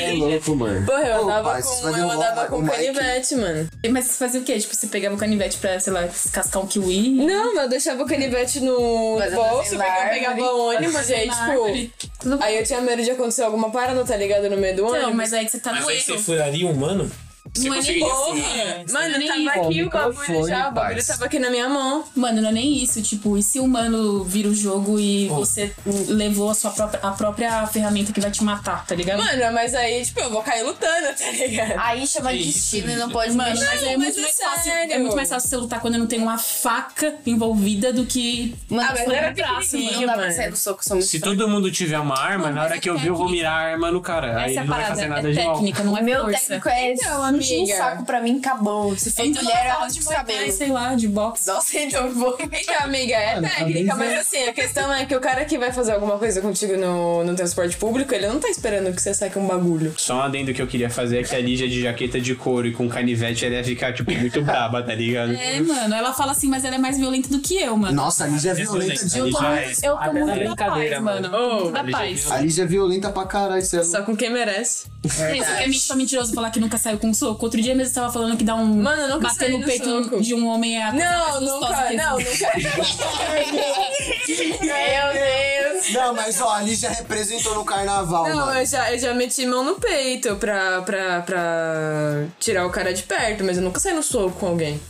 Speaker 1: É louco, mano.
Speaker 9: Porra, eu
Speaker 1: Ô,
Speaker 9: andava
Speaker 1: pai, vocês
Speaker 9: com,
Speaker 1: faziam
Speaker 9: eu andava
Speaker 1: uma-
Speaker 9: um com
Speaker 1: uma-
Speaker 9: canivete, mano.
Speaker 7: Mas você fazia o quê? Tipo, você pegava o canivete pra, sei lá, cascar um kiwi?
Speaker 9: Não, mas eu deixava o canivete no
Speaker 5: Fazia
Speaker 9: bolso,
Speaker 5: assim
Speaker 9: porque
Speaker 5: na
Speaker 9: eu então.
Speaker 5: árvore.
Speaker 9: pegava ônibus, e aí,
Speaker 7: Na
Speaker 9: tipo...
Speaker 7: árvore.
Speaker 9: Aí eu tinha medo de acontecer alguma parada, tá ligado? No meio do ônibus.
Speaker 7: Não, mas aí que você tá no
Speaker 6: Aí você
Speaker 7: erro.
Speaker 6: furaria um humano?
Speaker 4: Você
Speaker 7: Não é nem
Speaker 4: conseguiria
Speaker 7: porra.
Speaker 9: Mano,
Speaker 7: nem
Speaker 9: tava aqui o bagulho
Speaker 1: microfone,
Speaker 9: já, o bagulho
Speaker 1: parça.
Speaker 9: tava aqui na minha mão.
Speaker 7: Mano, não é nem isso, tipo, e se o humano vira o jogo e você levou a sua própria, a própria ferramenta que vai te matar, tá ligado?
Speaker 9: Mano, mas aí, tipo, eu vou cair lutando, tá ligado?
Speaker 5: Aí chama de destino e não pode
Speaker 7: Mano,
Speaker 5: mais.
Speaker 7: mas, é,
Speaker 9: mas
Speaker 7: muito
Speaker 9: é
Speaker 7: mais fácil,
Speaker 9: sério.
Speaker 7: é muito mais fácil você lutar quando não tem uma faca envolvida do que.
Speaker 5: Mano,
Speaker 9: Ah, mas
Speaker 5: eu sou
Speaker 9: era
Speaker 5: muito braço, mano. Não
Speaker 9: pequenininho,
Speaker 5: dá pra
Speaker 9: mano.
Speaker 5: sair do soco, são muito
Speaker 4: Se
Speaker 5: fracos.
Speaker 4: todo mundo tiver uma arma,
Speaker 7: Mano,
Speaker 4: na hora
Speaker 7: mas
Speaker 4: que eu
Speaker 7: é
Speaker 4: ver, eu vou
Speaker 7: técnica.
Speaker 4: mirar a arma no cara. Aí
Speaker 7: Essa é a
Speaker 4: ele não vai
Speaker 7: parada,
Speaker 4: fazer nada
Speaker 7: é
Speaker 4: de mal.
Speaker 7: técnica, não é
Speaker 5: Meu
Speaker 7: força.
Speaker 5: técnico é
Speaker 9: Então,
Speaker 5: puxa um
Speaker 9: amiga.
Speaker 5: saco pra mim, acabou. Se for
Speaker 9: é
Speaker 7: Então,
Speaker 5: mulher,
Speaker 7: ela fala
Speaker 5: arranca
Speaker 7: de
Speaker 5: os
Speaker 7: Muay Thai,
Speaker 5: cabelos.
Speaker 7: sei lá, de boxe.
Speaker 9: Nossa, então eu vou. Amiga, é
Speaker 1: Mano, talvez
Speaker 9: técnica, mas
Speaker 1: eu-
Speaker 9: assim, a questão é que o cara que vai fazer alguma coisa contigo no, no transporte público, ele não tá esperando que você saque um bagulho.
Speaker 4: Só um adendo que eu queria fazer é que a Lígia de jaqueta de couro e com canivete, ela ia ficar, tipo, muito braba, tá ligado?
Speaker 7: É, mano, ela fala assim, mas ela é mais violenta do que eu, mano.
Speaker 1: Nossa, a Lígia é violenta.
Speaker 4: Eu tô
Speaker 7: Eu tô muito da
Speaker 6: brincadeira,
Speaker 7: paz, mano.
Speaker 6: mano.
Speaker 7: Muito da
Speaker 4: Lígia
Speaker 7: paz.
Speaker 1: A Lígia é violenta pra caralho, você é louco.
Speaker 9: Só com quem merece.
Speaker 7: É, Isso que é mentira mentiroso falar que nunca saiu com soco. Outro dia mesmo você tava falando que dá um.
Speaker 9: Mano, eu nunca
Speaker 7: bater
Speaker 9: saí
Speaker 7: no
Speaker 9: no
Speaker 7: peito
Speaker 9: soco.
Speaker 7: de um homem é a coisa
Speaker 9: Não,
Speaker 7: mais gostosa
Speaker 9: nunca,
Speaker 7: que
Speaker 9: não,
Speaker 7: existe.
Speaker 9: nunca. Meu Deus.
Speaker 1: Não, mas ó, a Lígia representou no carnaval,
Speaker 9: Não,
Speaker 1: mano.
Speaker 9: eu já, eu já meti mão no peito pra, pra, pra tirar o cara de perto, mas eu nunca saí no soco com alguém.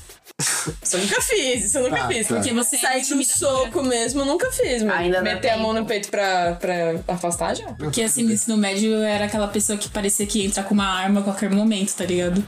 Speaker 9: Isso eu nunca fiz, isso eu nunca
Speaker 1: Tá,
Speaker 9: fiz.
Speaker 1: tá.
Speaker 7: Porque você é
Speaker 9: Sair de um
Speaker 7: intimidadora.
Speaker 9: soco mesmo, eu nunca fiz, mano.
Speaker 5: Ainda dá
Speaker 9: Meter a mão
Speaker 5: tempo.
Speaker 9: no peito pra, pra afastar já?
Speaker 7: Porque assim, no ensino médio eu era aquela pessoa que parecia que ia entrar com uma arma a qualquer momento, tá ligado?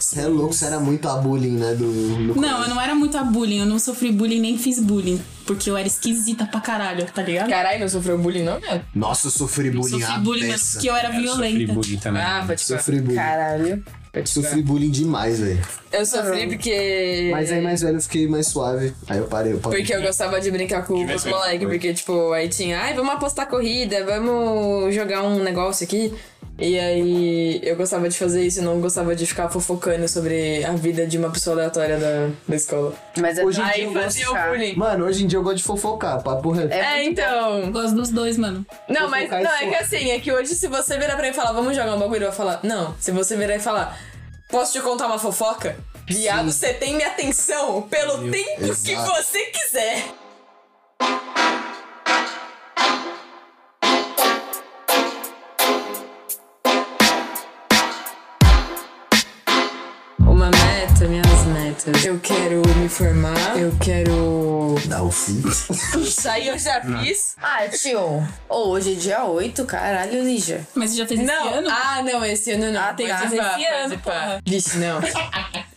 Speaker 1: Você é louco, você era muito a bullying, né? Do, do-
Speaker 7: Não, eu não era muito a bullying, eu não sofri bullying nem fiz bullying. Porque eu era esquisita pra caralho, tá ligado?
Speaker 9: Caralho, não sofreu bullying, não, meu?
Speaker 1: Nossa, eu sofri
Speaker 7: Eu
Speaker 1: bullying
Speaker 7: sofri
Speaker 1: à
Speaker 7: bullying, mano,
Speaker 1: beça.
Speaker 7: porque eu era
Speaker 4: Sofri
Speaker 7: violenta.
Speaker 4: bullying também.
Speaker 9: Ah, pode
Speaker 1: Sofri bullying.
Speaker 5: Caralho.
Speaker 1: Sofri bullying demais, velho.
Speaker 9: Eu sofri porque.
Speaker 1: Mas aí mais velho eu fiquei mais suave. Aí eu parei. Eu parei.
Speaker 9: É. Porque eu gostava de brincar com os
Speaker 4: Diversão.
Speaker 9: moleques, porque, tipo, aí tinha, ai, vamos apostar corrida, vamos jogar um negócio aqui. E aí eu gostava de fazer isso, eu não gostava de ficar fofocando sobre a vida de uma pessoa aleatória da, da escola.
Speaker 5: Mas é
Speaker 1: Hoje em
Speaker 5: Ai,
Speaker 1: dia um eu
Speaker 5: vou
Speaker 9: Fazia o
Speaker 5: ficar.
Speaker 9: bullying.
Speaker 1: Mano, hoje em dia eu gosto de fofocar, papo reto.
Speaker 9: É,
Speaker 5: muito
Speaker 7: Eu
Speaker 9: então.
Speaker 7: gosto dos dois, mano.
Speaker 9: Não, mas
Speaker 1: Fofocar é
Speaker 9: não, é
Speaker 1: foda.
Speaker 9: que assim, é que hoje se você virar pra mim e falar, vamos jogar um bagulho, eu vou falar, não. Se você virar e falar, posso te contar uma fofoca? Viado, você tem minha atenção pelo tempo que
Speaker 1: Exato.
Speaker 9: você quiser. Uma meta, minhas metas. Eu quero me formar. Eu quero.
Speaker 1: Dá o fim.
Speaker 9: Isso aí eu já fiz.
Speaker 5: Ah, tio. Ô, hoje é dia 8, caralho, Lígia.
Speaker 7: Mas você já fez
Speaker 9: Não,
Speaker 7: esse ano?
Speaker 9: ah, não, esse ano não.
Speaker 5: Ah, tem que
Speaker 9: Pode
Speaker 5: fazer
Speaker 9: pá,
Speaker 5: esse
Speaker 9: pode
Speaker 5: ano,
Speaker 9: pá. Vixe, não.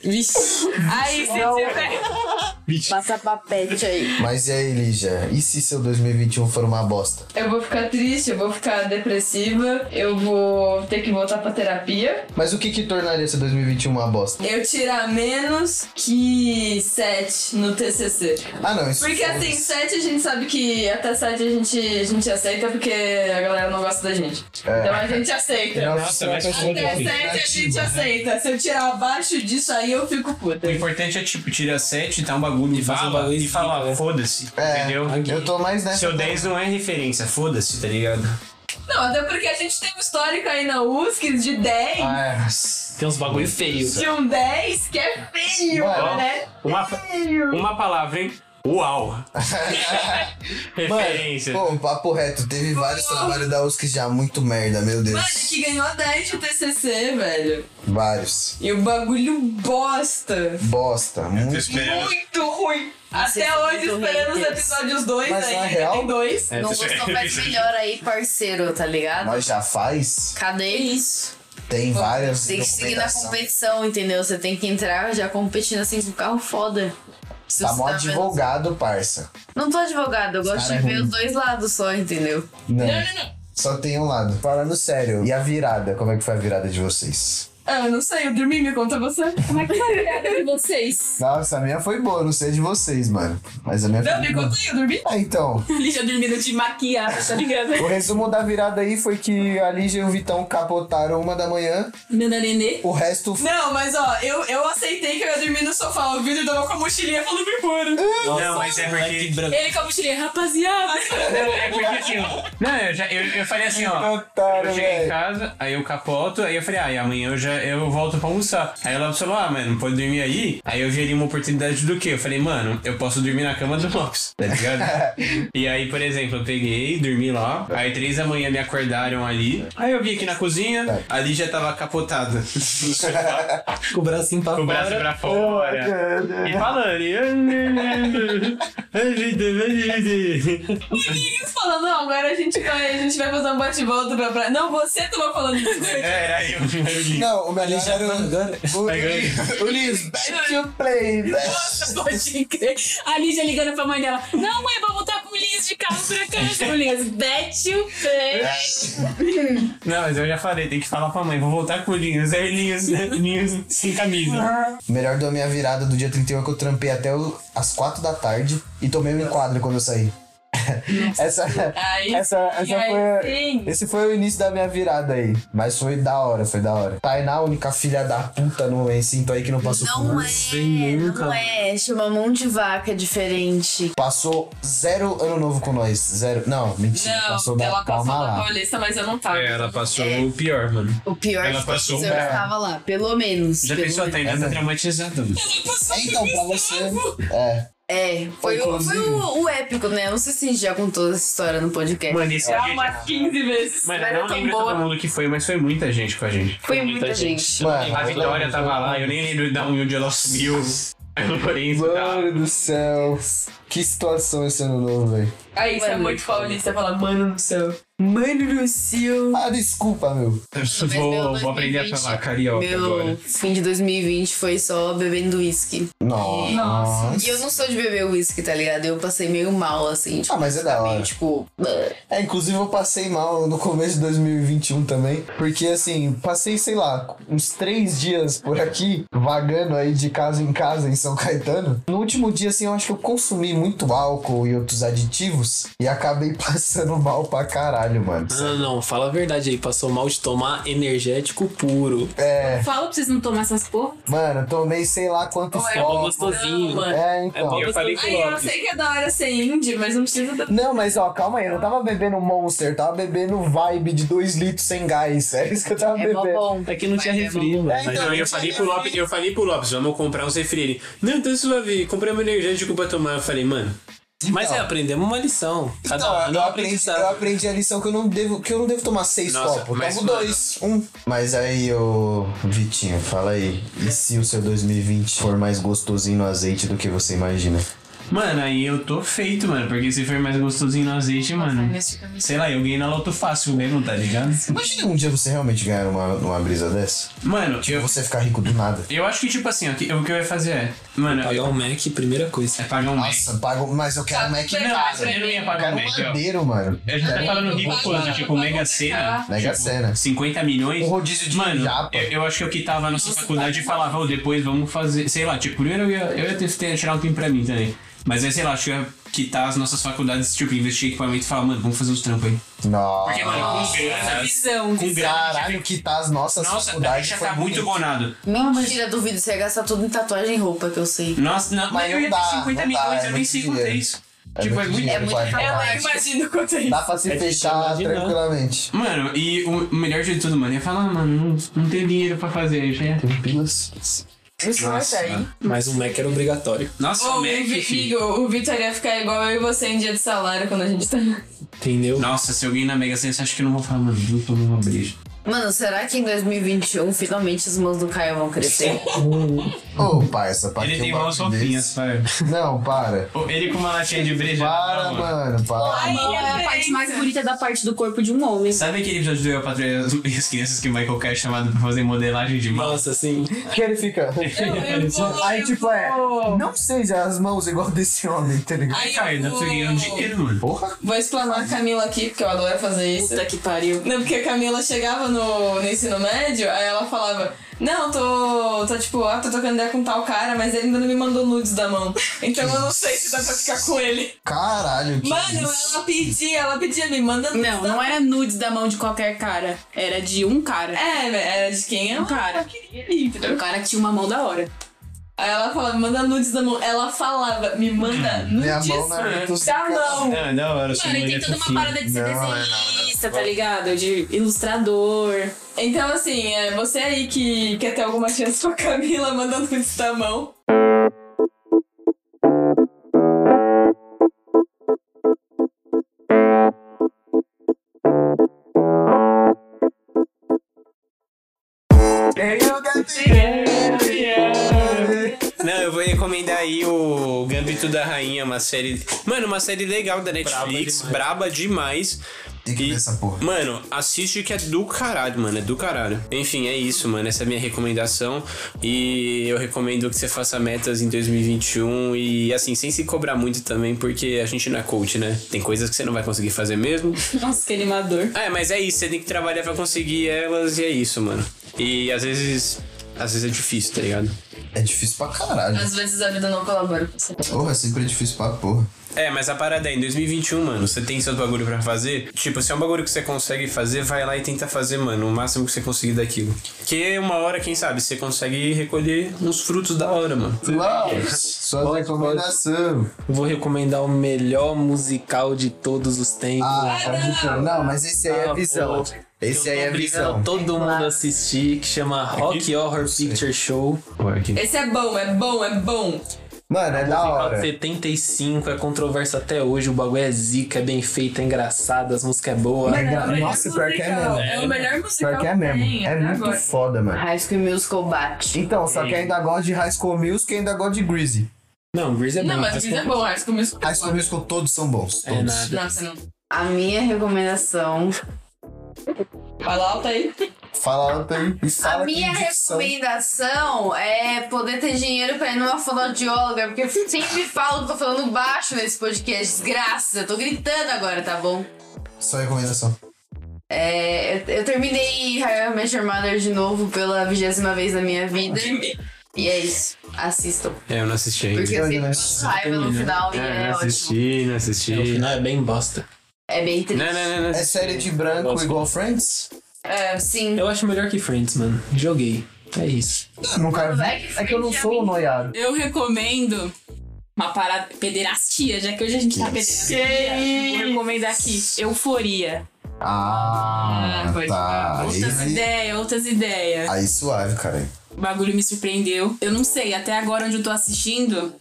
Speaker 9: Vixe. Aí, se tiver.
Speaker 4: palpite.
Speaker 5: Passa papete aí.
Speaker 1: Mas e aí, Lígia? E se seu 2021 for uma bosta?
Speaker 9: Eu vou ficar triste, eu vou ficar depressiva, eu vou ter que voltar pra terapia.
Speaker 1: Mas o que que tornaria seu 2021 uma bosta?
Speaker 9: Eu tirar menos que 7 no TCC.
Speaker 1: Ah, não, isso
Speaker 9: Porque assim, 7 a gente sabe que até 7 a gente, a gente aceita porque a galera não gosta da gente.
Speaker 1: É.
Speaker 9: Então a gente aceita.
Speaker 4: Nossa, mas
Speaker 9: Até 7 a
Speaker 1: né?
Speaker 9: gente aceita. Se eu tirar abaixo disso aí, eu fico puta.
Speaker 4: O importante é, tipo, tirar 7, dar um bagulho
Speaker 6: E fazer um
Speaker 4: bala
Speaker 6: bagulho
Speaker 4: e
Speaker 6: e
Speaker 4: falar,
Speaker 6: fica, né?
Speaker 4: foda-se,
Speaker 1: É,
Speaker 4: entendeu?
Speaker 1: eu tô mais nessa.
Speaker 4: Seu 10 não é referência, foda-se, tá ligado?
Speaker 9: Não, até porque a gente tem um histórico aí na USC de 10.
Speaker 1: Ah, é.
Speaker 6: Tem uns bagulho feio.
Speaker 9: De um 10 que é feio,
Speaker 1: Mano.
Speaker 9: né?
Speaker 4: Uma, uma palavra, hein? Uau! referência.
Speaker 1: Mano, pô, um papo reto, teve vários trabalhos da USC já muito merda, meu Deus.
Speaker 9: Mano, que ganhou 10 de TCC, velho.
Speaker 1: Vários.
Speaker 9: E o bagulho bosta.
Speaker 1: Bosta, muito.
Speaker 9: Muito ruim. Até hoje,
Speaker 5: muito
Speaker 9: esperando os
Speaker 5: haters.
Speaker 9: episódios 2
Speaker 1: Mas
Speaker 9: aí.
Speaker 1: na
Speaker 9: ainda
Speaker 1: real-
Speaker 9: Tem dois.
Speaker 4: É,
Speaker 5: Não
Speaker 4: você-
Speaker 5: gostou, faz melhor aí, parceiro, tá ligado?
Speaker 1: Nós já faz?
Speaker 5: Cadê isso?
Speaker 1: Tem várias.
Speaker 5: Tem que seguir na
Speaker 1: documentação.
Speaker 5: competição, entendeu? Você tem que entrar já competindo assim com um carro foda. Se
Speaker 1: Tá
Speaker 5: você
Speaker 1: mó
Speaker 5: vendo-
Speaker 1: advogado, parça.
Speaker 5: Não tô advogado, eu gosto
Speaker 1: cara
Speaker 5: de
Speaker 1: é
Speaker 5: ver
Speaker 1: ruim.
Speaker 5: os dois lados só, entendeu?
Speaker 1: Não. Só tem um lado. Falando sério, e a virada? Como é que foi a virada de vocês?
Speaker 9: Ah, eu não sei, eu dormi, me conta você. Como é que tá ligado?
Speaker 7: E vocês?
Speaker 1: Nossa, a minha foi boa, não sei a de vocês, mano. Mas a minha
Speaker 9: Não,
Speaker 1: foi
Speaker 9: me
Speaker 1: boa.
Speaker 9: conta aí, eu dormi.
Speaker 1: Ah, então.
Speaker 7: Lígia dormindo de maquiagem, tá ligado?
Speaker 1: O resumo da virada aí foi que a Lígia e o Vitão capotaram uma da manhã,
Speaker 7: Nanda Nenê.
Speaker 1: o resto
Speaker 9: Não, mas ó, eu, eu aceitei que eu ia dormir no sofá. O Vitor tava com a mochilinha falando me embora.
Speaker 4: Não, mas é porque.
Speaker 7: Ele com a mochilinha, rapaziada.
Speaker 4: É porque assim. ó, Não, eu, já, eu, eu falei assim, ó.
Speaker 1: Otário,
Speaker 4: Eu cheguei em
Speaker 9: tá
Speaker 1: velho.
Speaker 4: casa, aí eu capoto, aí eu falei, ah, e amanhã eu já eu volto pra almoçar. Aí ela falou, ah, mano, pode dormir aí? Aí eu vi ali uma oportunidade do quê? Eu falei, mano, eu posso dormir na cama do Lopes, tá ligado? e aí, por exemplo, eu peguei, dormi lá, aí três da manhã me acordaram ali, aí eu vim aqui na cozinha, ali já tava capotada.
Speaker 6: Com o bracinho pra
Speaker 4: Com o braço pra fora. E falando. e-
Speaker 9: Eles falando, não, agora a gente vai, a gente vai fazer um bate-volta pra praia. Não, você tava falando isso.
Speaker 4: É, era eu. eu
Speaker 1: Não, o melhor
Speaker 6: Lígia
Speaker 1: era o-
Speaker 6: agora.
Speaker 9: Tá
Speaker 1: o... O Liz, back to play, velho.
Speaker 7: Pode crer. A Lígia ligando pra mãe dela. Não, mãe, vou voltar com o Liz de carro pra casa. O Liz, bet you pay.
Speaker 4: Não, mas eu já falei, tem que falar pra mãe, vou voltar com o Linhos. Aí Linhos, né, Linhos sem camisa.
Speaker 1: O melhor da minha virada do dia 31 é que eu trampei até o- as 4 da tarde e tomei um enquadro quando eu saí. essa,
Speaker 9: Aí
Speaker 1: essa, essa
Speaker 9: aí
Speaker 1: foi,
Speaker 9: sim.
Speaker 1: esse foi o início da minha virada aí. Mas foi da hora, foi da hora. Tainá, a única filha da puta no encinto aí que não passou
Speaker 5: Não é, não é. Chama mão de vaca diferente.
Speaker 1: Passou zero ano novo com nós. Zero. Não, mentira. passou
Speaker 9: Não,
Speaker 1: da
Speaker 9: ela passou
Speaker 1: calma
Speaker 9: na
Speaker 1: lá.
Speaker 9: Paulista, mas eu não tava.
Speaker 4: ela passou o pior, mano.
Speaker 5: O pior
Speaker 4: Ela
Speaker 5: é que
Speaker 4: passou
Speaker 5: você
Speaker 4: pra-
Speaker 5: estava lá, pelo menos.
Speaker 4: Já
Speaker 5: pelo
Speaker 4: pensou
Speaker 5: menos.
Speaker 4: até ainda tá traumatizada? mano.
Speaker 1: Então, pra você. É.
Speaker 5: É, foi, o, foi o, o épico, né? Eu Não sei se a gente já contou essa história no podcast.
Speaker 4: Mano, isso
Speaker 9: Dá
Speaker 4: a gente-
Speaker 9: umas 15 vezes.
Speaker 4: Mano,
Speaker 5: era
Speaker 4: eu não
Speaker 5: é tão
Speaker 4: lembro
Speaker 5: boa.
Speaker 4: todo mundo que foi, mas foi muita gente com a gente.
Speaker 5: foi muita gente.
Speaker 1: Mano,
Speaker 4: A Vitória tava lá, eu nem lembro da onde ela subiu. O Lourenço tava.
Speaker 1: Mano do céu. Que situação esse ano novo, velho.
Speaker 9: Aí você é
Speaker 5: Mano,
Speaker 9: muito paulista, fala, mano do céu.
Speaker 5: Mano do céu.
Speaker 1: Ah, desculpa, meu.
Speaker 4: Eu
Speaker 5: Mas meu
Speaker 4: Vou, vou aprender a
Speaker 5: 2020,
Speaker 4: falar carioca
Speaker 5: Meu
Speaker 4: agora.
Speaker 5: fim de 2020 foi só bebendo uísque.
Speaker 1: Nossa.
Speaker 5: E eu não sou de beber uísque, tá ligado? Eu passei meio mal, assim, tipo,
Speaker 1: Ah, mas é da hora.
Speaker 5: tipo ah,
Speaker 1: É, inclusive eu passei mal no começo de 2021 também, porque assim, passei, sei lá, uns três dias por aqui, vagando aí de casa em casa em São Caetano. No último dia, assim, eu acho que eu consumi muito álcool e outros aditivos e acabei passando mal pra caralho, mano.
Speaker 6: Não, Ah, não, fala a verdade aí. Passou mal de tomar energético puro.
Speaker 1: É,
Speaker 7: Fala pra vocês não tomar essas porra.
Speaker 1: mano, eu tomei sei lá quantos
Speaker 6: É mó
Speaker 1: copos.
Speaker 6: gostosinho.
Speaker 9: Não, mano.
Speaker 1: É,
Speaker 6: É
Speaker 1: então.
Speaker 6: bom
Speaker 4: Eu falei com
Speaker 9: Aí
Speaker 4: o
Speaker 9: eu
Speaker 4: Lopes.
Speaker 9: sei que é da hora ser indie, mas não precisa da.
Speaker 1: Não, mas ó, calma aí, eu não tava bebendo Monster, eu tava bebendo Vibe de 2 litros sem gás. É isso que eu tava
Speaker 5: é mó
Speaker 1: bebendo.
Speaker 5: bom.
Speaker 6: É que não tinha refri, mano.
Speaker 1: É,
Speaker 4: Mas
Speaker 1: então,
Speaker 4: não,
Speaker 1: não
Speaker 4: eu
Speaker 1: tinha
Speaker 4: falei pro Lopes, eu falei pro Lopes, vamos comprar uns refri. Ele, não, tá suave, comprei um energético pra tomar. Eu falei, mano,
Speaker 6: Mas é, aprendemos uma lição. Cada
Speaker 1: Não,
Speaker 6: um
Speaker 1: eu,
Speaker 6: aprendi,
Speaker 1: aprendi, eu aprendi a lição que eu não devo, que eu não devo tomar seis
Speaker 4: Nossa,
Speaker 1: copos.
Speaker 4: mas,
Speaker 1: Tomo dois, um. Mas aí, ô Vitinho, fala aí. E se o seu 2020 for mais gostosinho no azeite do que você imagina?
Speaker 4: Mano, aí eu tô feito, mano. Porque se for mais gostosinho no azeite, mano. Sei lá, eu ganhei na loto fácil mesmo, tá ligado?
Speaker 1: Imagina um dia você realmente ganhar uma, uma brisa dessa.
Speaker 4: Mano,
Speaker 1: E
Speaker 4: eu,
Speaker 1: você ficar rico do nada.
Speaker 4: eu acho que, tipo assim, ó, que- o que eu ia fazer é. Mano, eu,
Speaker 6: Pagar um Mac, primeira coisa.
Speaker 4: é pagar um Mac.
Speaker 1: Nossa, pago, mas eu quero um Mac.
Speaker 5: é
Speaker 4: Não,
Speaker 5: né?
Speaker 4: eu não ia
Speaker 1: Eu
Speaker 4: pagar
Speaker 1: quero
Speaker 4: um
Speaker 1: um
Speaker 4: Mac, ó.
Speaker 1: madeiro, mano.
Speaker 4: A gente tá falando rico quanto? Tipo, Mega Sena.
Speaker 1: Mega
Speaker 4: tipo,
Speaker 1: Sena.
Speaker 4: 50 milhões.
Speaker 1: Um rodízio de
Speaker 4: Mano, é,
Speaker 1: japa.
Speaker 4: eu, eu acho que eu que tava na nossa tá. faculdade e falava, "Ô, depois vamos fazer. Sei lá, tipo, primeiro eu ia, eu ia ter, ter- tirar um tempo pra mim também. Mas aí, sei lá, acho que eu ia quitar as nossas faculdades, tipo, investir em equipamento e falar, mano, vamos fazer uns trampos aí. Porque,
Speaker 1: Nossa.
Speaker 4: É, mano, com grana.
Speaker 7: Visão.
Speaker 4: Com grana.
Speaker 1: Caralho, quitar as nossas
Speaker 4: Nossa, a
Speaker 1: faculdades
Speaker 4: gente já
Speaker 1: foi
Speaker 4: tá muito
Speaker 1: bonito.
Speaker 4: bonado.
Speaker 5: Mentira, duvido. Você ia gastar tudo em tatuagem e roupa, que eu sei.
Speaker 4: Nossa, não,
Speaker 1: Mas
Speaker 4: mas eu
Speaker 1: não
Speaker 4: ia
Speaker 1: dá,
Speaker 4: ter 50
Speaker 1: não dá,
Speaker 4: milhões,
Speaker 1: é
Speaker 4: eu nem
Speaker 1: muito
Speaker 4: sei quanto é
Speaker 1: dinheiro.
Speaker 4: isso.
Speaker 1: É
Speaker 4: tipo, é
Speaker 1: muito
Speaker 4: muito.
Speaker 1: dinheiro,
Speaker 5: muito
Speaker 1: pai.
Speaker 5: dinheiro.
Speaker 9: Eu imagino quanto é isso.
Speaker 1: Dá pra se
Speaker 6: difícil
Speaker 1: fechar
Speaker 6: imaginar.
Speaker 1: tranquilamente.
Speaker 4: Mano, e o melhor de tudo, mano, ia falar, "Ah, mano, não, não tem dinheiro pra fazer. Eu já ia...
Speaker 1: Pilas.
Speaker 9: Nossa, aí.
Speaker 6: Mas um Mac era obrigatório.
Speaker 4: Nossa,
Speaker 9: Ô,
Speaker 4: o Mac,
Speaker 9: o Vi-
Speaker 4: filho.
Speaker 9: Igor, o Vitor ia ficar igual eu e você em dia de salário quando a gente tá.
Speaker 6: Entendeu?
Speaker 4: Nossa, se alguém na Mega Sena, você acha que eu não vou falar, mano, vou tomar uma breja.
Speaker 5: Mano, será que em 2021 finalmente os mãos do Caio vão crescer?
Speaker 1: Ô, parça, pra
Speaker 4: Ele
Speaker 1: que
Speaker 4: tem
Speaker 1: um
Speaker 4: mãos
Speaker 1: bagulho desse?
Speaker 4: fofinhas, pai.
Speaker 1: Não, para.
Speaker 4: Ô, Ele tá com uma latinha de breja.
Speaker 1: Para,
Speaker 4: Não,
Speaker 1: mano, para.
Speaker 7: Mão é a parte mais bonita da parte do corpo de um homem.
Speaker 4: Sabe aquele episódio do Eu Patrulha e as crianças que o Michael Kai é chamado pra fazer modelagem de mão?
Speaker 6: Nossa, assim.
Speaker 1: Que ele fica. Aí, tipo, é. Não seja as mãos igual desse homem, tá ligado?
Speaker 4: Ai, cara, ainda tô ganhando um dinheiro, mano.
Speaker 1: Porra.
Speaker 9: Vou explanar a Camila aqui, porque eu adoro fazer isso.
Speaker 5: Puta que pariu.
Speaker 9: Não, porque a Camila chegava no, no ensino médio, aí ela falava: Não, tô, tô tipo, ah, tô tocando ideia com tal cara, mas ele ainda não me mandou nudes da mão. Então eu não sei se dá pra ficar com ele.
Speaker 1: Caralho, que
Speaker 9: Mano,
Speaker 1: isso?
Speaker 9: ela pedia, ela pedia, me manda nudes
Speaker 7: Não,
Speaker 9: da
Speaker 7: não era nudes da mão de qualquer cara. Era de um cara.
Speaker 9: É, velho, era de quem ela
Speaker 7: Um cara.
Speaker 9: queria ali, entendeu?
Speaker 7: Um cara que tinha uma mão da hora.
Speaker 9: Aí ela falava, me manda nudes da mão. Ela falava, me manda
Speaker 1: Minha
Speaker 9: nudes
Speaker 1: mão não é muito
Speaker 9: da mão.
Speaker 1: é
Speaker 4: Não, da hora,
Speaker 7: Mano, e tem toda uma parada de ser
Speaker 1: Não, é nada.
Speaker 7: desenhista, tá ligado? De ilustrador.
Speaker 9: Então, assim, é, você aí que quer ter alguma chance com a Camila, manda nudes da mão.
Speaker 4: Não, eu vou recomendar aí o Gambito da Rainha, uma série. Mano, uma série legal da Netflix, braba demais.
Speaker 1: Tem que ver essa porra.
Speaker 4: Mano, assiste que é do caralho, mano. É do caralho. Enfim, é isso, mano. Essa é a minha recomendação. E eu recomendo que você faça metas em 2021. E assim, sem se cobrar muito também, porque a gente não é coach, né? Tem coisas que você não vai conseguir fazer mesmo.
Speaker 7: Nossa, que animador.
Speaker 4: É, mas é isso. Você tem que trabalhar pra conseguir elas e é isso, mano. E às vezes. Às vezes é difícil, tá ligado?
Speaker 1: É difícil pra caralho.
Speaker 5: Às vezes a vida não colabora com você.
Speaker 1: Porra, sempre é difícil pra porra.
Speaker 4: É, mas a parada é, em 2021, mano, você tem seus bagulho pra fazer. Tipo, se é um bagulho que você consegue fazer, vai lá e tenta fazer, mano, o máximo que você conseguir daquilo. Que uma hora, quem sabe, você consegue recolher uns frutos da hora, mano.
Speaker 1: Uau, sua recomendação.
Speaker 6: Vou recomendar o melhor musical de todos os tempos.
Speaker 1: Ah, pode crer. Não, mas esse aí é
Speaker 6: Ah,
Speaker 1: visão.
Speaker 6: pô.
Speaker 1: Esse
Speaker 6: Eu
Speaker 1: aí
Speaker 6: tô
Speaker 1: é
Speaker 6: obrigando
Speaker 1: visão.
Speaker 6: todo mundo a assistir, que chama Rock Horror Picture Show.
Speaker 9: Esse é bom, é bom, é bom.
Speaker 1: Mano, é da
Speaker 6: Musical de
Speaker 1: hora.
Speaker 6: 75, é controverso até hoje, o bagulho é zica, é bem feito, é engraçado, as músicas é boa.
Speaker 1: Nossa, pior que é mesmo.
Speaker 9: É o melhor musical.
Speaker 1: Pior que é mesmo. É muito foda, mano.
Speaker 5: High School Musical bate.
Speaker 1: Então, só que ainda gosto de High School Music e ainda gosto de Greasy.
Speaker 6: Não, Grease é bom.
Speaker 9: Não, mas isso é bom, acho que o musical.
Speaker 1: High School Musical todos são bons.
Speaker 6: É
Speaker 1: Todos.
Speaker 6: nada.
Speaker 7: Tá,
Speaker 9: Nossa, não.
Speaker 5: A minha recomendação.
Speaker 9: Fala alto aí.
Speaker 1: Fala alto aí e fala
Speaker 5: a minha
Speaker 1: com dicção.
Speaker 5: recomendação é poder ter dinheiro pra ir numa fonoaudióloga, porque eu sempre falo que tô falando baixo nesse podcast. Desgraça, eu tô gritando agora, tá bom?
Speaker 1: Sua recomendação.
Speaker 5: É, eu, eu terminei How I Met Your Mother de novo pela vigésima vez da minha vida. E é isso. Assistam.
Speaker 4: É, eu não assisti ainda.
Speaker 5: Porque assim, eu
Speaker 1: Eu
Speaker 5: sempre
Speaker 1: ainda não
Speaker 5: passo raiva no final e
Speaker 4: É,
Speaker 5: é
Speaker 4: não
Speaker 5: ótimo.
Speaker 4: assisti, não
Speaker 6: É, O
Speaker 4: assisti.
Speaker 6: final é bem bosta.
Speaker 5: É bem
Speaker 4: Não,
Speaker 5: triste.
Speaker 4: não, não,
Speaker 1: É
Speaker 4: não.
Speaker 1: série de branco
Speaker 6: Nossa.
Speaker 1: igual Friends?
Speaker 5: É, sim.
Speaker 6: Eu acho melhor que Friends, mano. Joguei. É isso.
Speaker 1: Nunca vi.
Speaker 5: É que
Speaker 1: É que eu não
Speaker 5: Friends
Speaker 1: sou
Speaker 5: é
Speaker 1: o noiado.
Speaker 7: Eu recomendo uma parada. Pederastia, já que hoje a gente tá pederastia. Vou recomendar aqui. Euforia.
Speaker 1: Ah, tá.
Speaker 7: Outras
Speaker 1: Aí,
Speaker 7: ideias, outras ideias.
Speaker 1: aí suave, cara.
Speaker 7: O bagulho me surpreendeu. Eu não sei, até agora onde eu tô assistindo,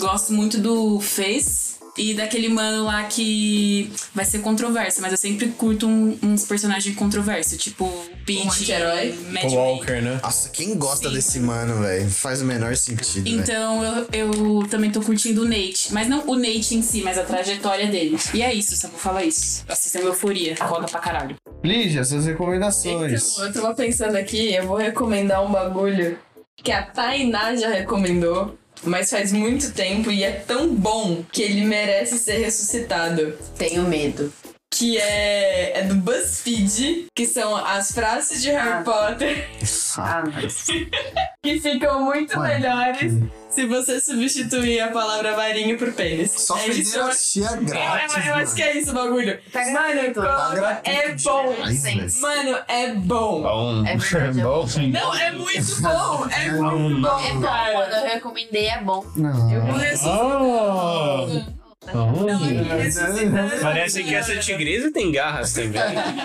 Speaker 7: gosto muito do Face. E daquele mano lá que vai ser controverso, mas eu sempre curto um- uns personagens controversos, tipo Pete,
Speaker 9: Um anti-herói?
Speaker 7: Mad
Speaker 4: O
Speaker 7: Men.
Speaker 4: Walker, né?
Speaker 1: Nossa, quem gosta
Speaker 7: Sim.
Speaker 1: desse mano, velho? Faz o menor sentido, velho.
Speaker 7: Então eu, eu também tô curtindo o Nate. Mas não o Nate em si, mas a trajetória dele. E é isso, Samu, fala isso. Assistam Euforia, roda pra caralho.
Speaker 1: Lígia, suas recomendações.
Speaker 9: Então, eu tava pensando aqui, eu vou recomendar um bagulho que a Tainá já recomendou, mas faz muito tempo e é tão bom que ele merece ser ressuscitado.
Speaker 5: Tenho medo.
Speaker 9: Que é, é do BuzzFeed, que são as frases de Harry Potter,
Speaker 5: Ah, mas.
Speaker 9: que ficam muito
Speaker 1: Ué.
Speaker 9: melhores se você substituir a palavra varinho por pênis.
Speaker 1: Só
Speaker 9: é isso,
Speaker 1: fizeram
Speaker 9: eu,
Speaker 1: a
Speaker 9: acho-
Speaker 1: tia
Speaker 9: eu,
Speaker 1: grátis.
Speaker 9: eu- eu acho que é isso o bagulho.
Speaker 5: Tá
Speaker 9: Mano,
Speaker 5: gratuito.
Speaker 1: Tá
Speaker 9: coloca,
Speaker 1: gratuito
Speaker 9: é bom.
Speaker 1: demais, velho.
Speaker 9: Mano, é bom.
Speaker 1: Tá
Speaker 4: Bom.
Speaker 5: É verdade, é
Speaker 4: Bom.
Speaker 1: um
Speaker 9: Não, é muito bom. É
Speaker 1: Não,
Speaker 9: muito
Speaker 1: não.
Speaker 9: bom,
Speaker 5: É bom,
Speaker 9: cara.
Speaker 5: quando eu recomendei é bom.
Speaker 1: Não.
Speaker 4: Oh.
Speaker 9: Ressuscitando-
Speaker 4: Parece é assim que essa tigresa tem garras também.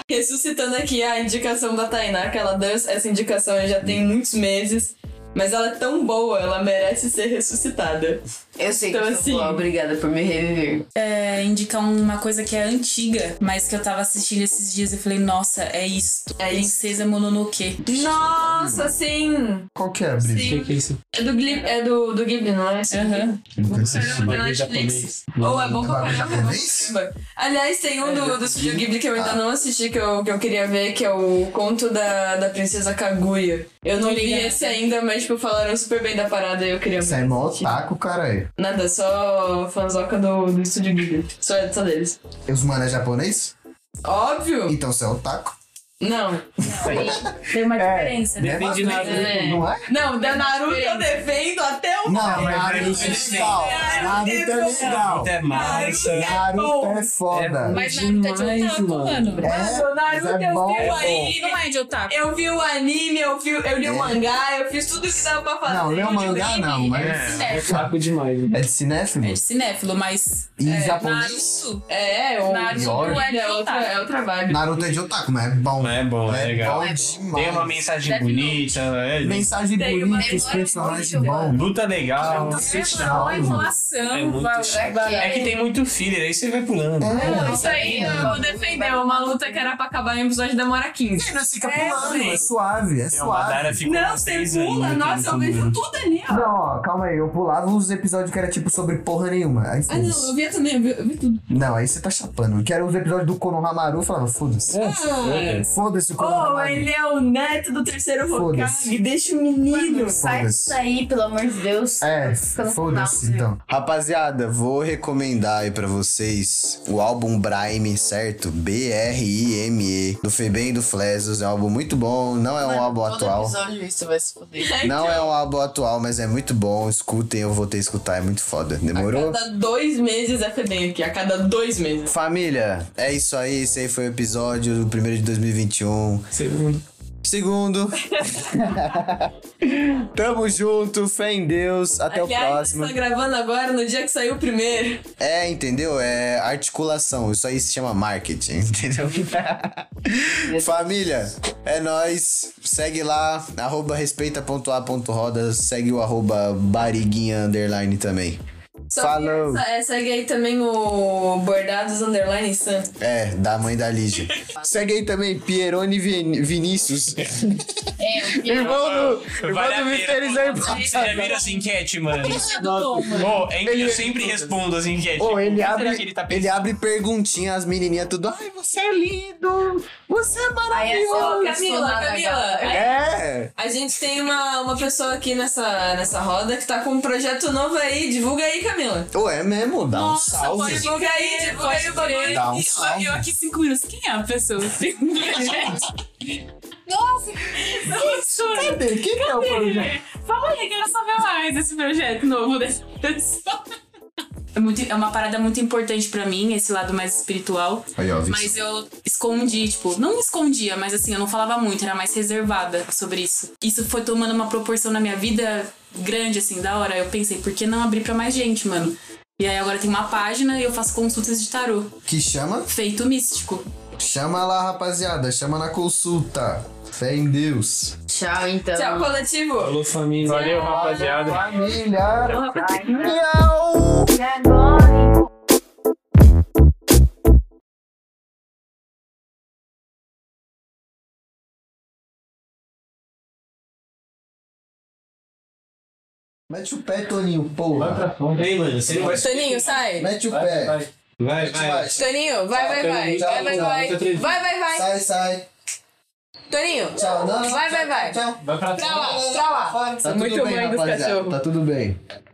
Speaker 9: Ressuscitando aqui a indicação da Tainá, que ela deu essa indicação eu já tem muitos meses. Mas ela é tão boa, ela merece ser ressuscitada.
Speaker 5: Eu sei
Speaker 9: Então,
Speaker 5: que eu sou
Speaker 9: assim-
Speaker 5: boa, obrigada por me reviver.
Speaker 7: É, indicar uma coisa que é antiga, mas que eu tava assistindo esses dias e falei, nossa, é isto.
Speaker 9: É isso.
Speaker 7: Princesa Mononoke.
Speaker 9: Nossa, sim!
Speaker 1: Qual que é, Brisa?
Speaker 6: que, que é isso?
Speaker 9: É do, Gli- é do, do Ghibli, não é?
Speaker 7: Aham.
Speaker 1: Nunca assisti.
Speaker 9: Caramba,
Speaker 6: Bagulho
Speaker 9: na É Netflix.
Speaker 6: japonês.
Speaker 9: Ou é bom pra
Speaker 1: tipo Bagulho
Speaker 9: caramba, é bom
Speaker 1: japonês?
Speaker 9: pra caramba. Aliás, tem um do, do estúdio Ghibli que eu ainda não assisti, que eu, que eu queria ver, que é o Conto da, da Princesa Kaguya. Eu não
Speaker 7: Tô
Speaker 9: vi
Speaker 7: ligada.
Speaker 9: esse ainda, mas, tipo, falaram super bem da parada e eu queria
Speaker 1: Isso aí é
Speaker 9: ver.
Speaker 1: mó otaku, é. caralho.
Speaker 9: Nada, só fanzoca do, do estúdio Ghibli. Só, só deles.
Speaker 1: E Os mano é japonês?
Speaker 9: Óbvio!
Speaker 1: Então você é otaku.
Speaker 9: Não.
Speaker 7: Tem
Speaker 1: É,
Speaker 7: uma diferença, né?
Speaker 4: Depende da
Speaker 9: É.
Speaker 1: Não é?
Speaker 9: Não, da Naruto eu defendo até o.
Speaker 1: Não, Naruto é
Speaker 4: mas-
Speaker 1: legal. Naruto é legal.
Speaker 4: Até mais.
Speaker 1: Naruto é foda.
Speaker 7: Mas Naruto é de
Speaker 6: Demais,
Speaker 7: otaku,
Speaker 6: mano.
Speaker 7: mano.
Speaker 1: É,
Speaker 9: Mano,
Speaker 1: mas
Speaker 9: Naruto
Speaker 1: é
Speaker 9: eu
Speaker 1: bom.
Speaker 9: vi o
Speaker 7: Ele
Speaker 9: anime.
Speaker 7: não é de otaku.
Speaker 9: Eu vi o anime, eu, vi, eu li
Speaker 1: É.
Speaker 9: o mangá, eu fiz tudo que dava pra fazer.
Speaker 1: Não, lê o
Speaker 9: Eu li
Speaker 1: mangá
Speaker 9: anime.
Speaker 1: não, mas...
Speaker 6: É fraco demais.
Speaker 1: É de cinéfilo?
Speaker 7: É de cinéfilo, mas
Speaker 1: E japonês?
Speaker 7: É, Naruto
Speaker 9: É, o
Speaker 7: Naruto
Speaker 1: Pior.
Speaker 7: não é de
Speaker 9: é outra,
Speaker 7: otaku.
Speaker 9: é outra vibe.
Speaker 1: Naruto é de otaku, mas é bom.
Speaker 4: É bom, é
Speaker 1: bom
Speaker 4: legal.
Speaker 1: demais.
Speaker 4: Tem uma mensagem bonita, né?
Speaker 1: Mensagem
Speaker 9: Tem uma
Speaker 1: bonita, os
Speaker 5: memória
Speaker 1: personagens
Speaker 5: muito
Speaker 1: bons. Tá
Speaker 4: Luta legal.
Speaker 7: É uma enrolação,
Speaker 4: É muito
Speaker 7: vai-
Speaker 4: chato.
Speaker 7: vai-
Speaker 4: É que tem muito filler, aí você vai pulando.
Speaker 9: Não, isso aí eu vou defender. Uma luta que era pra acabar em episódio demora 15.
Speaker 1: Não fica pulando, é suave, é
Speaker 4: É, o Madara
Speaker 1: suave.
Speaker 4: ficou
Speaker 9: Não,
Speaker 4: uns
Speaker 9: você
Speaker 4: três
Speaker 9: pula,
Speaker 4: anos
Speaker 9: nossa, eu
Speaker 4: tentando
Speaker 9: vejo tudo ali, ó.
Speaker 1: Não, ó, calma aí, eu pulava os episódios que era tipo sobre porra nenhuma. Aí
Speaker 9: Ah, não,
Speaker 1: foda-se.
Speaker 9: eu via também, eu vi, eu vi tudo.
Speaker 1: Não, aí você tá chapando. Que era os episódios do Konohamaru, eu falava, foda-se.
Speaker 4: É.
Speaker 1: Foda-se o
Speaker 9: Oh,
Speaker 1: Konohamaru.
Speaker 9: ele é o neto do terceiro
Speaker 1: Foda-se.
Speaker 9: Hokage, deixa o menino.
Speaker 5: Sai disso aí, pelo amor de Deus.
Speaker 1: É,
Speaker 5: Ficando com
Speaker 1: foda-se
Speaker 5: náusea.
Speaker 1: então. Rapaziada, vou recomendar aí pra vocês o álbum Brime, certo? B-R-I-M-E, do Febem e do Flesos. É um álbum muito bom, não é um
Speaker 5: Mano,
Speaker 1: álbum
Speaker 5: todo
Speaker 1: atual.
Speaker 5: episódio isso vai se foder.
Speaker 1: Não é um álbum atual, mas é muito bom. Escutem, eu voltei a escutar, é muito foda. Demorou?
Speaker 9: A cada dois meses é Febem aqui, a cada dois meses.
Speaker 1: Família, é isso aí. Esse aí foi o episódio, o primeiro de 2021.
Speaker 6: Segundo.
Speaker 1: Segundo. Tamo junto, fé em Deus. Até
Speaker 9: Aliás,
Speaker 1: o
Speaker 9: nós
Speaker 1: próximo.
Speaker 9: tá gravando agora no dia que saiu o primeiro.
Speaker 1: É, entendeu? É articulação. Isso aí se chama marketing, entendeu? Família, é nóis. Segue lá, arroba respeita.a.roda. Segue o arroba bariguinha underline também.
Speaker 9: Só
Speaker 1: Falou.
Speaker 9: que essa- é, segue aí também o Bordados Underline Sun.
Speaker 1: É, da mãe da Lígia. Segue aí também Pieroni Vin- Vinícius.
Speaker 5: É,
Speaker 1: Irmão do, irmão
Speaker 4: Vale a
Speaker 1: do
Speaker 4: pena.
Speaker 1: Viterizar
Speaker 4: Você já viram as enquetes, mano? Ô, é que eu sempre respondo as enquetes.
Speaker 1: Ô, ele
Speaker 4: Será
Speaker 1: abre,
Speaker 4: que
Speaker 1: ele,
Speaker 4: ele tá pensando?
Speaker 1: abre perguntinha, as menininhas tudo. Ai, você é lindo! Você é
Speaker 5: Aí é só
Speaker 9: Ô,
Speaker 1: maravilhoso!
Speaker 9: Camila, Camila,
Speaker 1: É!
Speaker 9: A gente tem uma, uma pessoa aqui nessa, nessa roda que tá com um projeto novo aí. Divulga aí, Camila.
Speaker 1: Ou é mesmo? Dá um salve.
Speaker 9: Divulga aí, divulga aí o bagulho.
Speaker 1: Dá um
Speaker 7: E
Speaker 1: salve.
Speaker 7: Eu aqui cinco minutos. Quem é a pessoa? Nossa! Nossa!
Speaker 1: Cadê? Quem que é o projeto?
Speaker 7: Fala aí, quero saber mais desse projeto novo dessa pessoa. É, muito- é uma parada muito importante pra mim, esse lado mais espiritual.
Speaker 1: Aí, ó,
Speaker 7: Mas eu escondi, tipo, não me escondia, mas assim, eu não falava muito, era mais reservada sobre isso. Isso foi tomando uma proporção na minha vida grande, assim, da hora. Eu pensei, por que não abrir pra mais gente, mano? E aí agora tem uma página e eu faço consultas de tarô.
Speaker 1: Que chama?
Speaker 7: Feito místico.
Speaker 1: Chama lá, rapaziada. Chama na consulta. Fé em Deus.
Speaker 5: Tchau, então.
Speaker 9: Tchau, coletivo.
Speaker 6: Alô, família.
Speaker 4: Valeu, rapaziada.
Speaker 1: Família! Miau! Mete o pé, Toninho, porra.
Speaker 4: Ei, mano, você não vai.
Speaker 9: Toninho, sai.
Speaker 1: Mete o pé.
Speaker 4: Vai, vai.
Speaker 9: Toninho, vai, vai, vai.
Speaker 1: Tchau,
Speaker 9: Vai, vai, vai.
Speaker 4: tchau, tchau.
Speaker 9: Vai, vai, vai.
Speaker 1: Sai, sai.
Speaker 9: Toninho,
Speaker 1: Tchau, não, não.
Speaker 9: vai, vai, vai.
Speaker 1: Tchau.
Speaker 9: Pra lá, pra lá.
Speaker 1: Tá tudo
Speaker 9: Muito
Speaker 1: bem,
Speaker 9: mãe dos
Speaker 1: rapaziada.
Speaker 9: cachorros.
Speaker 1: Tá tudo bem.